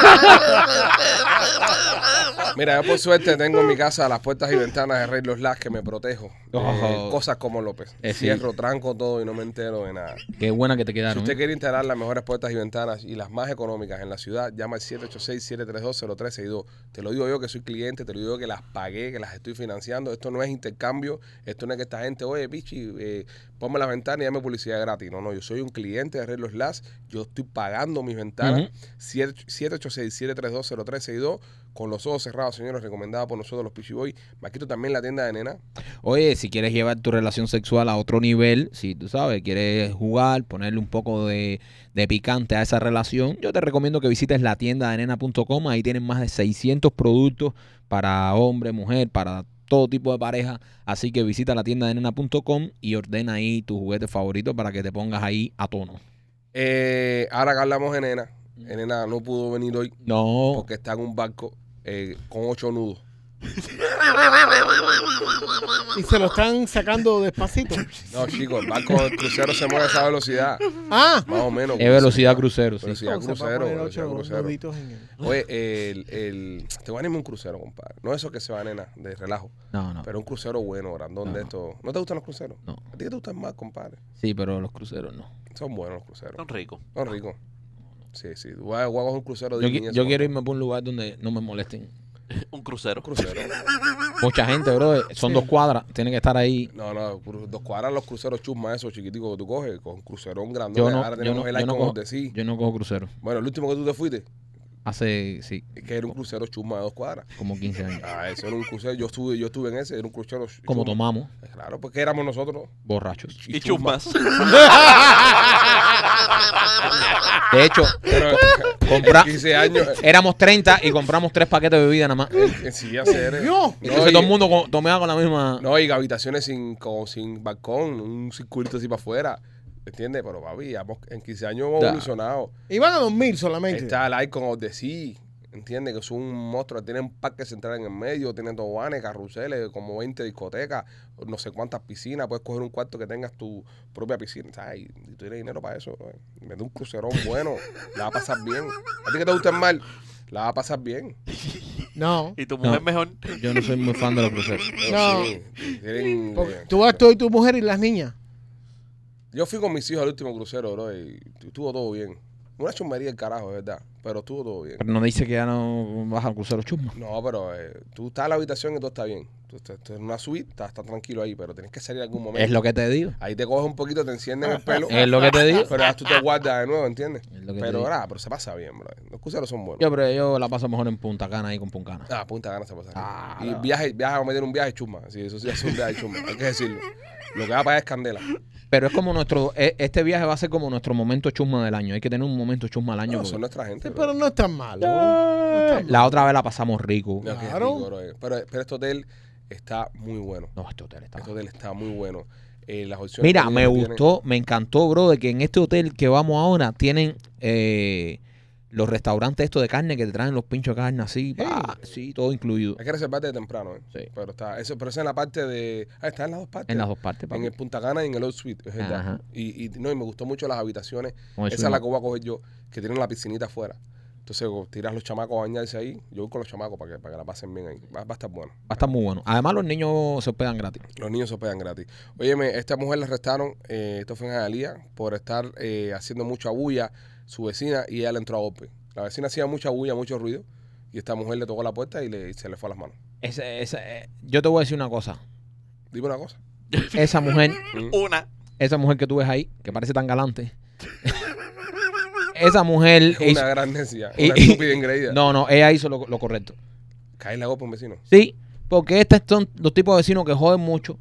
A: Mira, yo por suerte tengo en mi casa las puertas y ventanas de Rey Los Las que me protejo. de
B: Ojo.
A: cosas como López.
B: Eh, sí.
A: Cierro, tranco todo y no me entero de nada.
B: Qué buena que te
A: Si
B: quedaron.
A: usted
B: ¿eh?
A: quiere instalar las mejores puertas y ventanas y las más económicas en la ciudad, llama al 786-732-0362. Te lo digo yo que soy cliente, te lo digo yo que las pagué, que las estoy financiando. Esto no es intercambio, esto no es que esta gente, oye, pichi, eh, ponme la ventana y dame publicidad gratis. No, no, yo soy un cliente de Red Los Las, yo estoy pagando mis ventanas. 786-732-0362. Con los ojos cerrados, señores, recomendada por nosotros los Pichi Boy. Maquito también la tienda de nena.
B: Oye, si quieres llevar tu relación sexual a otro nivel, si tú sabes, quieres jugar, ponerle un poco de, de picante a esa relación, yo te recomiendo que visites la tienda de nena.com. Ahí tienen más de 600 productos para hombre, mujer, para todo tipo de pareja. Así que visita la tienda de nena.com y ordena ahí tu juguete favorito para que te pongas ahí a tono.
A: Eh, ahora que hablamos de nena, eh, nena no pudo venir hoy.
B: No,
A: porque está en un barco eh, con ocho nudos.
D: manda. Y se lo están sacando despacito.
A: No, chicos, el barco del crucero se mueve a esa velocidad,
D: ah.
A: más o menos.
B: es velocidad crucero, sí.
A: Velocidad
D: Entonces, va a
A: crucero,
D: poner
A: velocidad
D: ocho
A: crucero.
D: nuditos en él.
A: Oye, el, el, te voy a animar un crucero, compadre. No eso que se va, nena, de relajo.
B: No, no.
A: Pero un crucero bueno, grandón
B: No,
A: de
B: no.
A: estos. ¿No te gustan los cruceros?
B: No.
A: ¿A ti que te gustan más, compadre?
B: Sí, pero los cruceros no.
A: Son buenos los cruceros.
C: Son ricos.
A: Son ricos. Sí, sí. Guau, guau, es un crucero de
B: Yo,
A: Disney,
B: qui-
A: eso,
B: yo
A: ¿no?
B: quiero irme por un lugar donde no me molesten.
C: Un crucero.
A: Un crucero.
B: Mucha gente, bro. Son
D: Sí.
B: dos cuadras. Tienen que estar ahí.
A: No, no, cru- dos cuadras los cruceros chusma esos chiquiticos que tú coges, con crucerón grandón.
B: Yo no,
A: Ahora
B: yo
A: tenemos
B: no,
A: el
B: yo no
A: Icon
B: cojo,
A: of the Sea.
B: yo no cojo crucero.
A: Bueno, el último que tú te fuiste,
B: Hace, sí,
A: que era un crucero chusma de dos cuadras.
B: como 15 años.
A: Ah, eso era un crucero. Yo estuve, yo estuve en ese, era un crucero. ch-
B: Como
A: chusma.
B: tomamos,
A: Claro, porque éramos nosotros.
B: borrachos.
C: Y chumas.
B: De hecho,
A: Pero
B: compra-
A: 15 años. eh,
B: éramos 30 y compramos tres paquetes de bebida nada más.
A: eh, sí, hacer. eh.
D: Dios.
A: No,
B: Entonces todo el
A: y,
B: mundo co- tomaba con la misma...
A: no, y habitaciones sin, con- sin balcón, un circuito así para afuera. ¿Entiendes? Pero papi, hemos- en 15 años hemos
B: Da.
A: evolucionado.
D: Iban a dormir solamente.
A: Está el Icon of the Sea. ¿Entiendes? Que es un monstruo. Tienen un parque central en el medio, tienen toboganes, carruseles, como 20 discotecas, no sé cuántas piscinas. Puedes coger un cuarto que tengas tu propia piscina. ¿Sabes? Y tú tienes dinero para eso. ¿no? Vete un crucerón bueno. La va a pasar bien. A ti que te gusta el mar, la va a pasar bien.
D: No.
C: y tu mujer
B: No.
C: mejor.
B: Yo no soy muy fan de los cruceros.
A: Pero
D: No.
A: sí, tienen- eh,
D: Porque tú vas tú y tu mujer y las niñas.
A: Yo fui con mis hijos al último crucero, bro, y estuvo todo bien. Una chumbería el carajo, es verdad. Pero estuvo todo bien.
B: Pero no dice que ya no vas al crucero chusma.
A: No, pero eh, tú estás en la habitación y todo está bien. Tú estás, estás en una suite, estás, estás tranquilo ahí, pero tienes que salir en algún momento.
B: Es lo que te digo.
A: Ahí te coges un poquito, te encienden el pelo.
B: Es lo que te digo.
A: Pero ya tú te guardas de nuevo, ¿entiendes?
B: Es lo que te
A: Pero
B: digo.
A: ahora, pero se pasa bien, bro. Los cruceros son buenos.
B: Yo, pero yo la paso mejor en Punta Cana ahí con Puncana.
A: Ah, punta ganas se pasa. bien.
B: Ah,
A: y
B: no.
A: viaje, viaje, vamos a meter un viaje chumba. Sí, eso sí es un viaje chumba. Hay que decirlo. Lo que va a pagar es candela.
B: Pero es como nuestro... e- Este viaje va a ser como nuestro momento chusma del año. Hay que tener un momento chusma al año.
A: No,
B: porque-
A: son nuestra gente.
D: Sí,
A: bro.
D: pero no es tan malo.
B: La otra vez la pasamos rico.
A: No, qué
D: Claro.
A: rico, bro. Pero, pero este hotel está muy bueno.
B: No, este hotel está...
A: Este hotel está muy bueno. Eh, las opciones
B: Mira,
A: que
B: me
A: tienen-
B: gustó, me encantó, bro, de que en este hotel que vamos ahora tienen eh, los restaurantes estos de carne que te traen los pinchos de carne así, pa, sí, todo incluido.
A: Hay que reservarte de temprano, ¿eh?
B: Sí.
A: Pero está, eso, pero esa es la parte de. Ah, está en las dos partes.
B: En las dos partes, papi.
A: En el Punta Cana y en el Old Suite, es
B: Ajá.
A: verdad. Y, y no, y me gustó mucho las habitaciones.
B: Con el
A: Esa es la que
B: swing.
A: voy a coger yo, que tienen la piscinita afuera. Entonces, go- tiras los chamacos a bañarse ahí. Yo voy con los chamacos para que, para que la pasen bien ahí. Va, va a estar bueno.
B: Va a estar muy bueno. Además, los niños se hospedan gratis.
A: Los niños se hospedan gratis. Óyeme, esta mujer la arrestaron, eh, esto fue en Jalía, por estar eh, haciendo mucha bulla su vecina y ella le entró a golpe. La vecina hacía mucha bulla, mucho ruido. Y esta mujer le tocó la puerta y, le, y se le fue a las manos.
B: Ese- ese- eh, yo te voy a decir una cosa.
A: Dime una cosa.
B: Esa mujer,
A: Mm.
C: Una.
B: esa mujer que tú ves ahí, que parece tan galante. esa mujer...
A: Una
B: hizo-
A: gran necia,
B: y-
A: una estúpida engreída.
B: no, no, ella hizo lo, lo correcto.
A: Cae la golpe a un vecino.
B: Sí, porque estos son los tipos de vecinos que joden mucho,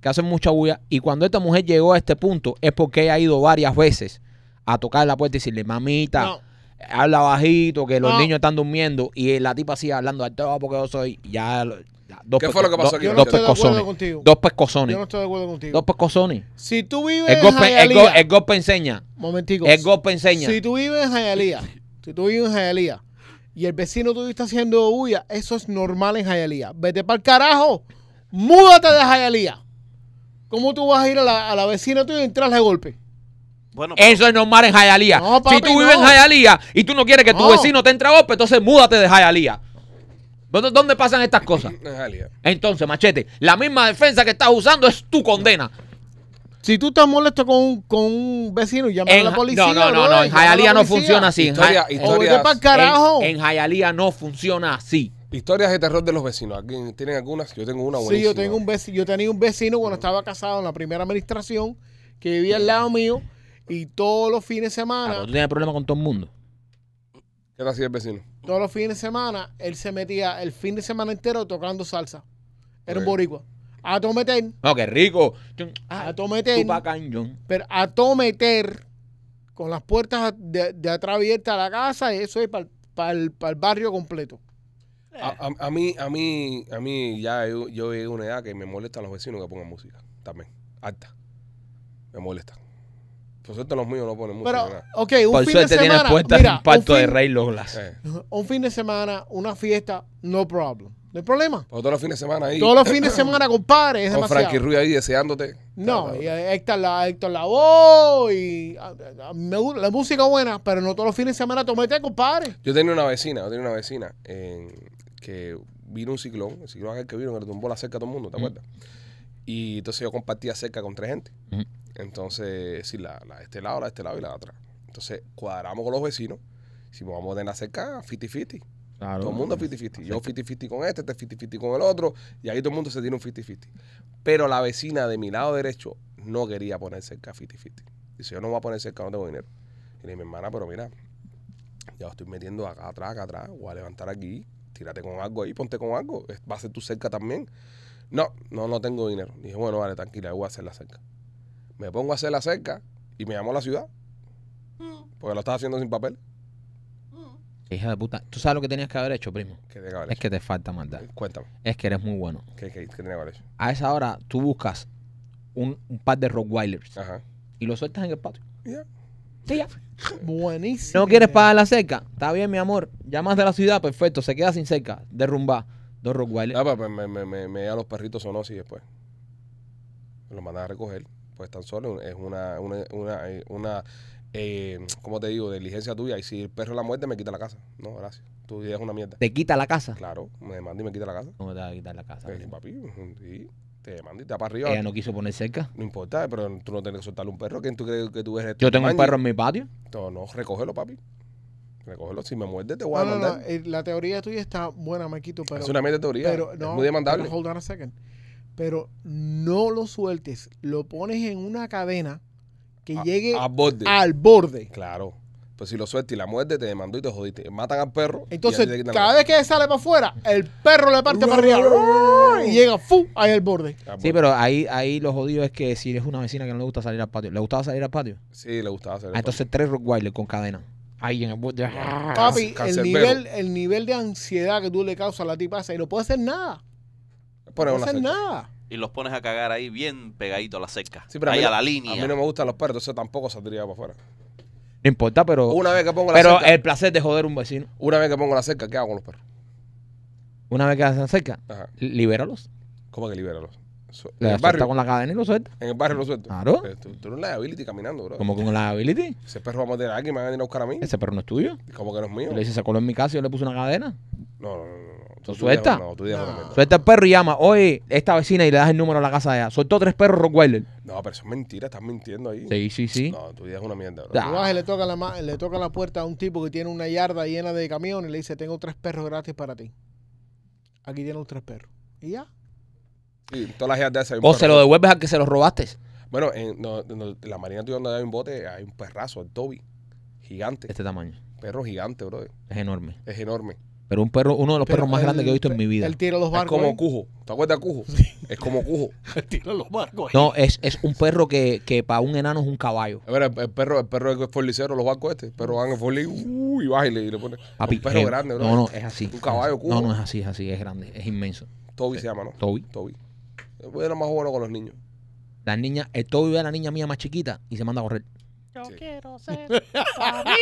B: que hacen mucha bulla. Y cuando esta mujer llegó a este punto es porque ella ha ido varias veces a tocar la puerta y decirle, mamita,
D: No.
B: habla bajito, que los
D: No.
B: niños están durmiendo. Y la tipa sigue hablando al todo porque yo soy ya... lo- ya, dos
A: ¿Qué fue lo que pasó
B: dos-
A: aquí?
D: Yo no
B: Dos
D: estoy de acuerdo
B: pescozones.
D: contigo.
B: Dos pescozones.
D: Yo no estoy de acuerdo contigo.
B: Dos pescozones.
D: Si tú vives
B: El
D: en
B: golpe, el,
D: Hialeah-
B: go- el golpe enseña.
D: Momentico.
B: El golpe enseña.
D: Si tú vives en Jayalía, si tú vives en Jayalía y el vecino tuyo está haciendo bulla, eso es normal en Jayalía. Vete para el carajo, múdate de Jayalía. ¿Cómo tú vas a ir a la, a la vecina tuya y entrarle de golpe?
C: Bueno, pero-
B: Eso es normal en Jayalía.
D: No, papi,
B: si tú vives
D: no.
B: en Jayalía y tú no quieres que tu
D: No.
B: vecino te entre a golpe, entonces múdate de Jayalía. ¿Dónde, dónde pasan estas cosas?
A: No es realidad.
B: Entonces, machete, la misma defensa que estás usando es tu condena.
D: Si tú estás molesto con un, con un vecino, llama
B: En
D: a la
B: Ja-
D: policía.
B: no, no, no,
D: brother,
B: no, en
D: llama a la
B: Hialeah no
D: policía.
B: funciona así. en
A: Historia,
B: Ja-
D: O vete
A: historias,
D: para carajo. Ah,
B: En, en Hialeah no funciona así.
A: historias de terror de los vecinos. Aquí ¿Tienen algunas? Yo tengo una
D: sí,
A: buenísima.
D: yo, tengo un vecino, yo tenía un vecino cuando estaba casado en la primera administración que vivía al lado mío y todos los fines de
B: Ah, pero
D: semana,
B: tú tienes problemas con todo el mundo.
A: ¿Qué te hacía el vecino?
D: todos los fines de semana, él se metía el fin de semana entero tocando salsa. Era un
A: Ok.
D: boricua. A todo meter,
B: No, qué rico.
D: a
B: Ah,
D: todo
B: tú
D: meter,
B: pa' cañón.
D: pero a todo meter con las puertas de, de atrás abiertas a la casa y eso es para el barrio completo. Eh.
A: A, a- a mí, a mí, a mí ya yo, yo llegué a una edad que me molestan los vecinos que pongan música. También. Alta. Me molestan. Por suerte los míos no ponen música.
D: Pero,
A: nada.
D: ok, un
B: Por
D: fin
B: suerte
D: de
B: tienes
D: semana,
B: puesta
D: mira,
B: un pacto
D: un
B: de
D: fin-
B: Rey Loglas.
A: Eh,
D: Un fin de semana, una fiesta, no problem. No hay problema.
A: pero todos los fines de semana ahí.
D: Todos los fines de semana, compadre, es
A: con
D: demasiado.
A: Frankie Ruiz ahí deseándote.
D: no, y a Héctor, la, Héctor Lavoe y a- a- a- me gusta la música buena, pero no todos los fines de semana tomate, compadre.
A: Yo tenía una vecina, yo tenía una vecina en- que vino un ciclón, el ciclón aquel que vino, que le tumbó la cerca a todo el mundo, ¿te
B: Mm.
A: acuerdas? Y entonces yo compartía cerca con tres gente.
B: Mm.
A: Entonces, sí, la, la de este lado, la de este lado y la de atrás. Entonces, cuadramos con los vecinos. Si vamos a tener la cerca, 50-50.
B: Claro.
A: Todo el mundo 50-50. Yo 50-50 con este, este 50-50 con el otro. Y ahí todo el mundo se tiene un 50-50. Pero la vecina de mi lado derecho no quería poner cerca 50-50. Dice, yo no voy a poner cerca, no tengo dinero. Y le dije, mi hermana, pero mira, ya lo estoy metiendo acá atrás, acá atrás. Voy a levantar aquí, tírate con algo ahí, ponte con algo. Es- Va a ser tu cerca también. No, no, no tengo dinero. Dije, bueno, vale, tranquila, voy a hacer la cerca. Me pongo a hacer la cerca y me llamó la ciudad. Porque lo estaba haciendo sin papel.
B: Hija de puta. ¿Tú sabes lo que tenías que haber hecho, primo?
A: ¿Qué tenía que haber
B: Es
A: hecho?
B: que te falta maldad.
A: Cuéntame,
B: Es que eres muy bueno.
A: ¿qué, qué, qué tenía que haber hecho?
B: A esa hora tú buscas un, un par de Rottweilers
A: Ajá.
B: y los sueltas en el patio.
A: Ya.
B: Sí, ya.
D: Buenísimo.
B: ¿No quieres pagar la cerca? Está bien, mi amor. Llamas de la ciudad, perfecto. Se queda sin cerca. Derrumba. Dos Rottweilers.
A: Ah, pues pues, me, me, me, me a los perritos sonosis después. Los mandan a recoger. Pues tan solo es una, una, una, eh, una eh, ¿cómo te digo? Diligencia tuya. Y si el perro la muerte, me quita la casa. No, gracias. Tu idea es una mierda.
B: Te quita la casa.
A: Claro, me demanda y me quita la casa.
B: No te va a quitar la casa.
A: Eh,
B: primo?
A: papi, sí, te demanda y te va para arriba.
B: Ella
A: no.
B: no quiso poner cerca.
A: importa, pero tú no tienes que soltarle un perro. ¿Quién tú crees que tú eres?
B: Yo tengo un
A: Manji.
B: perro en mi patio.
A: No, no, recógelo, papi. Recógelo. Si me muerde, te voy
D: No,
A: a
D: no,
A: demandar.
D: no, eh, la teoría tuya está buena, Maquito, pero.
A: es una mierda de teoría.
D: pero no,
A: es muy demandable.
D: pero hold on a second. Pero no lo sueltes, lo pones en una cadena
A: Ah,
D: que llegue
A: a borde.
D: al borde.
A: Claro. Pues si lo sueltas y la muerte te demandó y te jodiste. Matan al perro.
D: Entonces, cada vez que sale para afuera, el perro le parte para
A: Ruah, ruah,
D: arriba
A: ruah.
D: y llega ¡fu! ahí al borde.
A: Ah,
B: Sí, pero ahí, ahí lo jodido es que si eres una vecina que no le gusta salir al patio. ¿Le gustaba salir al patio?
A: Sí, le gustaba hacer
B: Ah, entonces tres Rottweilers con cadena. Ahí en el borde.
A: Ah,
D: Papi, el
A: cancerbero.
D: nivel, el nivel de ansiedad que tú le causas a la tipa esa y no puede hacer nada. No
A: Poner
D: puede
A: una
D: hacer
A: cerca.
D: nada.
C: Y los pones a cagar ahí bien pegadito a la cerca.
A: Sí, pero
C: ahí
A: mí
C: a
A: no-
C: la línea.
A: A mí no me gustan los perros, entonces tampoco saldría para afuera.
B: No importa, pero.
A: Una vez que pongo la
B: Oh. Pero eh,
A: cerca,
B: el placer de joder un vecino.
A: una vez que pongo la cerca, ¿qué hago con los perros?
B: Una vez que hacen cerca,
A: Ajá.
B: libéralos.
A: ¿Cómo que libéralos? Eso- En
B: Le
A: el
B: das suelta
A: barrio,
B: con la cadena y los suelta.
A: en el barrio lo suelto.
B: Claro.
A: Eh, Tú, tú eres la liability caminando, bro.
B: Como con la ability.
A: Ese perro va a morder a alguien, me van a venir a buscar a mí.
B: Ese perro no es tuyo.
A: Como que no es mío.
B: Yo le hice, se coló en mi casa y yo le puse una cadena.
A: No, no, no, no, no.
B: ¿Tú
A: digas-
B: sueltas?
A: No, tú digas
D: No.
A: una mierda.
B: Suelta el perro y llama. Oye, esta vecina y le das el número a la casa de ella. Soltó tres perros Rottweiler.
A: No, pero eso es mentira, estás mintiendo ahí.
B: Sí, sí, sí.
A: No, tú digas una mierda, bro.
B: Ya.
D: Tú vas y le toca, la, ma- le toca la puerta a un tipo que tiene una yarda llena de camiones y le dice, tengo tres perros gratis para ti. Aquí tienen los tres perros. Y ya.
A: Sí, todas las ideas de esas hay un
B: O
A: perro
B: se lo
A: suelto.
B: devuelves al que se los robaste.
A: Bueno, en, no, no, en la marina tuya donde hay un bote, hay un perrazo, el Toby. Gigante.
B: Este tamaño.
A: Perro gigante, bro.
B: Es enorme.
A: Es enorme.
B: Pero un perro, uno de los
D: Pero
B: perros más
D: él-
B: grandes que he visto en mi vida.
D: Él tira los
A: Es
D: barcos.
A: como
D: ¿eh?
A: Cujo. ¿Te acuerdas de Cujo? Es como Cujo.
D: Él tira los barcos. ¿eh?
B: No, es, es un perro que, que para un enano es un caballo.
A: A ver, el, el perro, el perro es forlicero, los barcos este. El perro van en forli uh, y baja y le, y le pone.
B: Papi,
A: un perro
B: eh,
A: grande, bro.
B: No, no, es así.
A: Un caballo, cubo.
B: No, no, es así, es así, es grande, es inmenso.
A: Toby se llama, ¿no?
B: Toby.
A: Toby. Es lo más bueno con los niños.
B: La niña, el Toby ve a la niña mía más chiquita y se manda a correr.
F: Yo
A: Sí.
F: quiero ser tu amigo.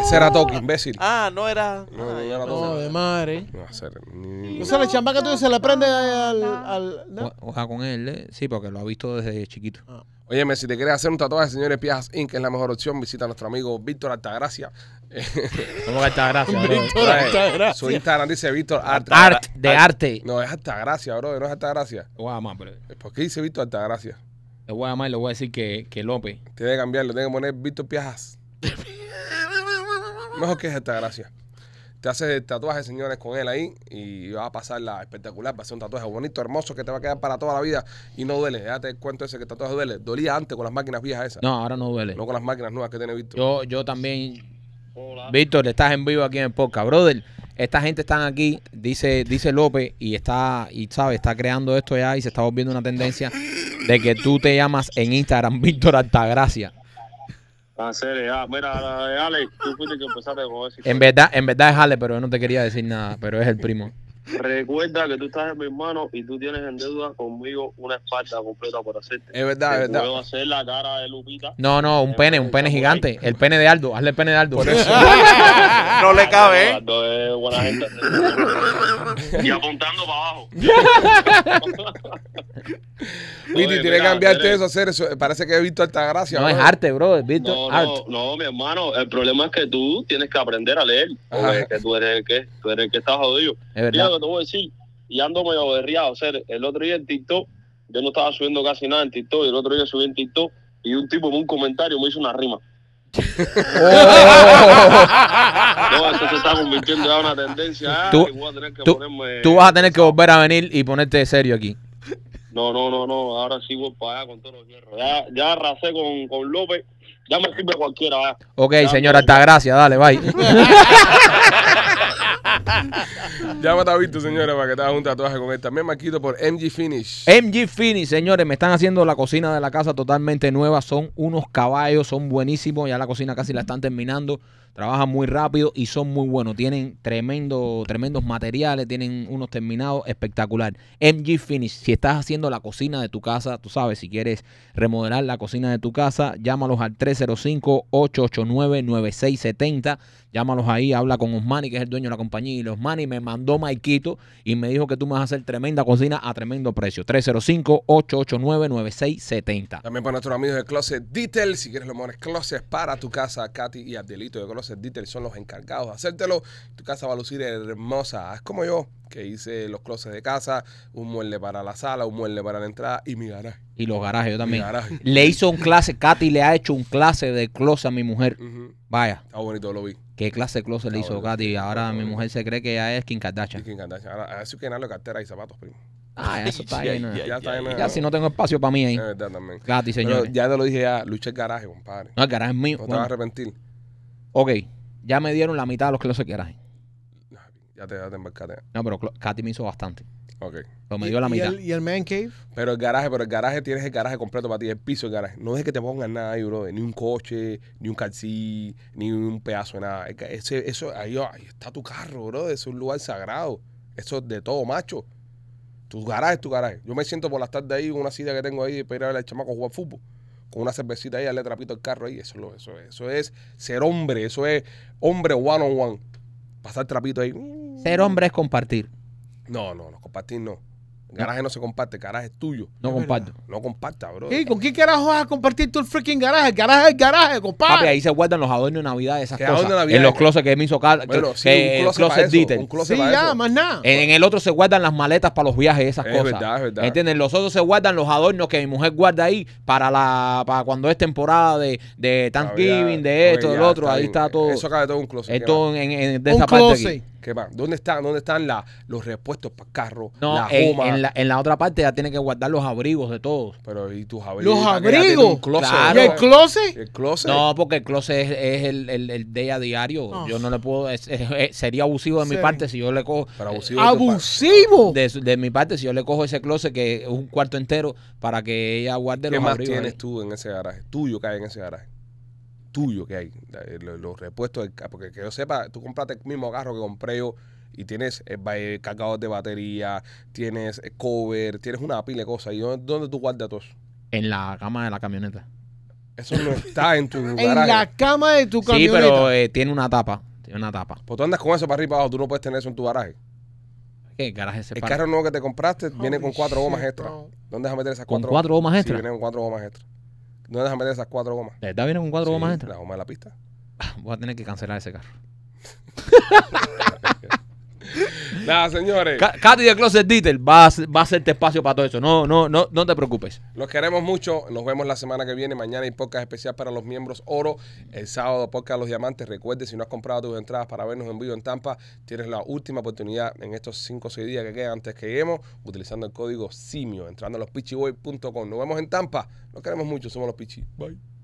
A: Ese era Toki, imbécil.
C: Ah, no era.
A: No, no
C: ay,
A: era
C: pues,
A: todo.
D: No, de madre.
A: No va a ser ni-
D: O sea, la chamaca tú se la prende al. al- ¿no?
B: O- Oja con él, ¿eh? Sí, porque lo ha visto desde chiquito.
A: Óyeme, si te quieres hacer un tatuaje, señores Piajas Inc., es la mejor opción. Visita a nuestro amigo Víctor Altagracia.
B: ¿Cómo que gracias,
D: Víctor Altagracia.
A: Su Instagram dice Víctor Altagracia.
B: Art, de arte.
A: No, es Altagracia, bro, no es Altagracia.
B: Lo voy a llamar, pero
A: ¿Por qué dice Víctor Altagracia?
B: le voy a llamar y le voy a decir que, que López.
A: Tiene que cambiarlo, tiene que poner Víctor Piajas. Mejor que es Altagracia. Te hace el tatuaje, señores, con él ahí y va a pasarla espectacular. Va a ser un tatuaje bonito, hermoso, que te va a quedar para toda la vida y no duele. Déjate el cuento ese que el tatuaje duele. Dolía antes con las máquinas viejas esas.
B: No, ahora no duele.
A: No con las máquinas nuevas que tiene Víctor.
B: Yo, yo también. Víctor, estás en vivo aquí en el podcast. Brother, esta gente están aquí, dice, dice López, y está, y sabe, está creando esto ya y se está volviendo una tendencia de que tú te llamas en Instagram Víctor Altagracia.
G: En serio, ah, mira, Alex, tú fuiste que empezaste con eso.
B: En verdad, en verdad es Ale, pero yo no te quería decir nada, pero es el primo.
G: Recuerda que tú estás en mis manos y tú tienes en deuda conmigo una espalda completa por hacerte.
A: Es verdad, es
G: Te
A: verdad.
G: puedo hacer la cara de Lupita.
B: No, no, un pene, un pene gigante. El pene de Aldo, hazle el pene de Aldo.
C: No le cabe, ¿eh?
G: Eduardo es buena gente. y apuntando para abajo.
A: Viti,
G: Oye,
A: tiene que
G: mira,
A: cambiarte
G: eres-
A: eso, hacer eso. Parece que he visto Altagracia.
B: No es
A: bro.
B: arte, bro, es Víctor
G: No,
B: Art.
G: no, no, mi hermano, el problema es que tú tienes que aprender a leer. porque
A: Ajá.
G: es que tú eres el que, tú eres el que está jodido.
B: Es
G: Mira
B: verdad.
G: lo que te voy a decir, y ando medio berriado. O sea, el otro día en TikTok, yo no estaba subiendo casi nada en TikTok, y el otro día subí en TikTok, y un tipo en un comentario me hizo una rima. No, eso se está ah, convirtiendo ya en una tendencia. Ah,
B: Tú-
G: que voy a tener que
B: tú-
G: ponerme-
B: Tú vas a tener que volver a venir y ponerte serio aquí.
G: No, no, no, no, ahora sí voy para allá con todos los hierros. Ya, ya arrasé con, con López, ya me sirve cualquiera. va.
B: Ok,
G: Ya,
B: señor
G: no,
B: Altagracia, dale, bye.
A: Llámate a Víctor, señores, para que te hagas un tatuaje con él. También Marquito por MG Finish.
B: MG Fini, señores, me están haciendo la cocina de la casa totalmente nueva. Son unos caballos, son buenísimos. Ya la cocina casi la están terminando. Trabajan muy rápido y son muy buenos. Tienen tremendo, tremendos materiales, tienen unos terminados espectacular. MG Finish, si estás haciendo la cocina de tu casa, tú sabes, si quieres remodelar la cocina de tu casa, llámalos al 305-889-9670. Llámalos ahí, habla con Osmani, que es el dueño de la compañía. Y Osmani me mandó Maikito y me dijo que tú me vas a hacer tremenda cocina a tremendo precio. 305-889-9670.
A: También para nuestros amigos de Closet Detail, si quieres los mejores closets para tu casa, Katy y Abdelito de Closet Detail son los encargados de hacértelo. Tu casa va a lucir hermosa. Es como yo, que hice los closets de casa, un mueble para la sala, un mueble para la entrada y mi garaje.
B: Y los garajes, yo
A: Mi
B: también.
A: garaje.
B: Le hizo un clase, Katy le ha hecho un clase de closet a mi mujer.
A: Ujú.
B: Vaya,
A: Está bonito, lo vi.
B: qué clase de closet le
A: Ah,
B: hizo
A: bueno, sí,
B: Katy. Ahora
A: bueno,
B: mi
A: bueno.
B: mujer se cree que ella es Kim
A: Y
B: Kardashian.
A: que encanta. Ahora, así que llenarlo de cartera y zapatos, primo.
B: Ah, eso está
C: Ay,
B: ahí. ¿no?
C: ay,
A: Ya
C: ay,
A: está
C: ay.
A: ahí, ¿no?
B: Ya si no tengo espacio para mí ahí.
A: Es verdad también.
B: Katy,
A: Pero
B: señores.
A: ya te lo dije ya, luché el garaje, compadre.
B: No, el garaje es mío.
A: No te vas a
B: Bueno,
A: arrepentir.
B: ok, ya me dieron la mitad de los closets que garaje.
A: Ya te, ya te embarcaste.
B: No, pero clo- Katy me hizo bastante.
A: Ok.
B: Pero me dio la
D: ¿Y-
B: mitad.
D: ¿Y el, y el man cave?
A: Pero el garaje, pero el garaje tienes el garaje completo para ti, el piso del garaje. No dejes que te pongan nada ahí, bro. Ni un coche, ni un calcí, ni un pedazo de nada. Es que Ese, eso, ahí, ahí está tu carro, bro. Es un lugar sagrado. Eso es de todo, macho. Tu garaje es tu garaje. Yo me siento por las tardes ahí con una silla que tengo ahí para ir a ver al chamaco jugar fútbol. Con una cervecita ahí, darle trapito al carro ahí. Eso, es lo- eso, es- eso es ser hombre. Eso es hombre one on one. Pasar trapito ahí.
B: Ser hombre es compartir.
A: No, no, no, compartir no. El garaje no se comparte, el garaje es tuyo.
B: No
D: Es
B: comparto.
A: No comparta, bro.
D: ¿Y ¿Con quién carajo vas a compartir tú el freaking garaje? El garaje es el garaje,
B: Papi,
D: compadre.
B: ahí se guardan los adornos de Navidad, esas
A: ¿Qué
B: cosas.
A: adorno de Navidad? eh.
B: En los closets que me hizo Carlos.
A: Bueno, sí, un closet, para eso,
B: detail.
A: un
D: Sí,
A: closet para
D: ya,
A: eso.
D: más nada.
B: En, en el otro se guardan las maletas para los viajes, esas
A: Es
B: cosas.
A: verdad, es verdad.
B: ¿Entiendes? Los otros se guardan los adornos que mi mujer guarda ahí para la para cuando es temporada de, de Thanksgiving, de
A: Ok,
B: esto, del
A: ya,
B: otro. ahí
A: bien.
B: está todo.
A: Eso cabe todo en un closet.
B: es
A: ¿Qué
B: todo en, en- de
D: un
B: esta parte aquí.
D: closet.
A: más? ¿Qué más? ¿Dónde están, dónde están la, los repuestos para carro?
B: No,
A: la
B: en,
A: goma.
B: en la, en la otra parte ya tiene que guardar los abrigos de todos.
A: Pero ¿y tus abrigos?
D: Los
A: ¿Para qué ya tiene
D: abrigos.
A: un closet,
D: ¿Y
B: Claro.
A: bro?
D: el closet?
A: El closet.
B: No, porque el closet es, es el, el, el de ella diario.
D: Oh.
B: Yo no le puedo. es- es- es- sería abusivo de mi
D: Sí.
B: parte si yo le cojo. eh,
A: Pero abusivo. de tu
D: Abusivo.
B: de, su- de mi parte, si yo le cojo ese closet que es un cuarto entero para que ella
A: pa-
B: guarde
A: ¿Qué
B: los
A: más
B: abrigos eh.
A: tienes
B: ahí.
A: tú en ese garaje? Tuyo que hay en ese garaje. Tuyo que hay. La- eh, Los, los repuestos del carro. Porque que yo sepa, tú compraste el mismo carro que compré yo. Y tienes eh, ba- eh, cargador de batería, tienes eh, cover, tienes una pila de cosas. ¿Y dónde, dónde tú guardas todo eso?
B: En la cama de la camioneta.
A: ¿En Eso no está en tu
D: En
A: garaje.
D: la cama de tu
B: Sí,
D: camioneta.
B: pero eh, tiene una tapa. Tiene una tapa.
A: Pues tú andas con eso para arriba y para abajo, tú no puedes tener eso en tu garaje.
B: ¿Qué el garaje se
A: El
B: para?
A: carro nuevo que te compraste viene con
D: Holy
A: cuatro gomas
D: Oh, shit,
A: extra.
D: bro.
A: ¿Dónde vas a meter esas
B: ¿Con
A: cuatro
B: cuatro gomas extra?
A: Sí, viene con cuatro gomas extra. ¿Dónde vas a meter esas cuatro gomas?
B: ¿De verdad viene con cuatro
A: Sí,
B: gomas extra?
A: La goma de la pista.
B: Voy a tener que cancelar ese carro.
A: Nada, señores.
B: Ca- Katy de Closet Detail va a, hacer- va a hacerte espacio para todo eso. No, no, no, no te preocupes.
A: Los queremos mucho. Nos vemos la semana que viene. Mañana hay podcast especial para los miembros oro. El sábado podcast Los Diamantes. Recuerde, si no has comprado tus entradas para vernos en vivo en Tampa, tienes la última oportunidad en estos 5 o 6 días que quedan antes que lleguemos utilizando el código SIMIO, entrando a lospitchyboy.com. Nos vemos en Tampa. Los queremos mucho. Somos los Pichi. Bye.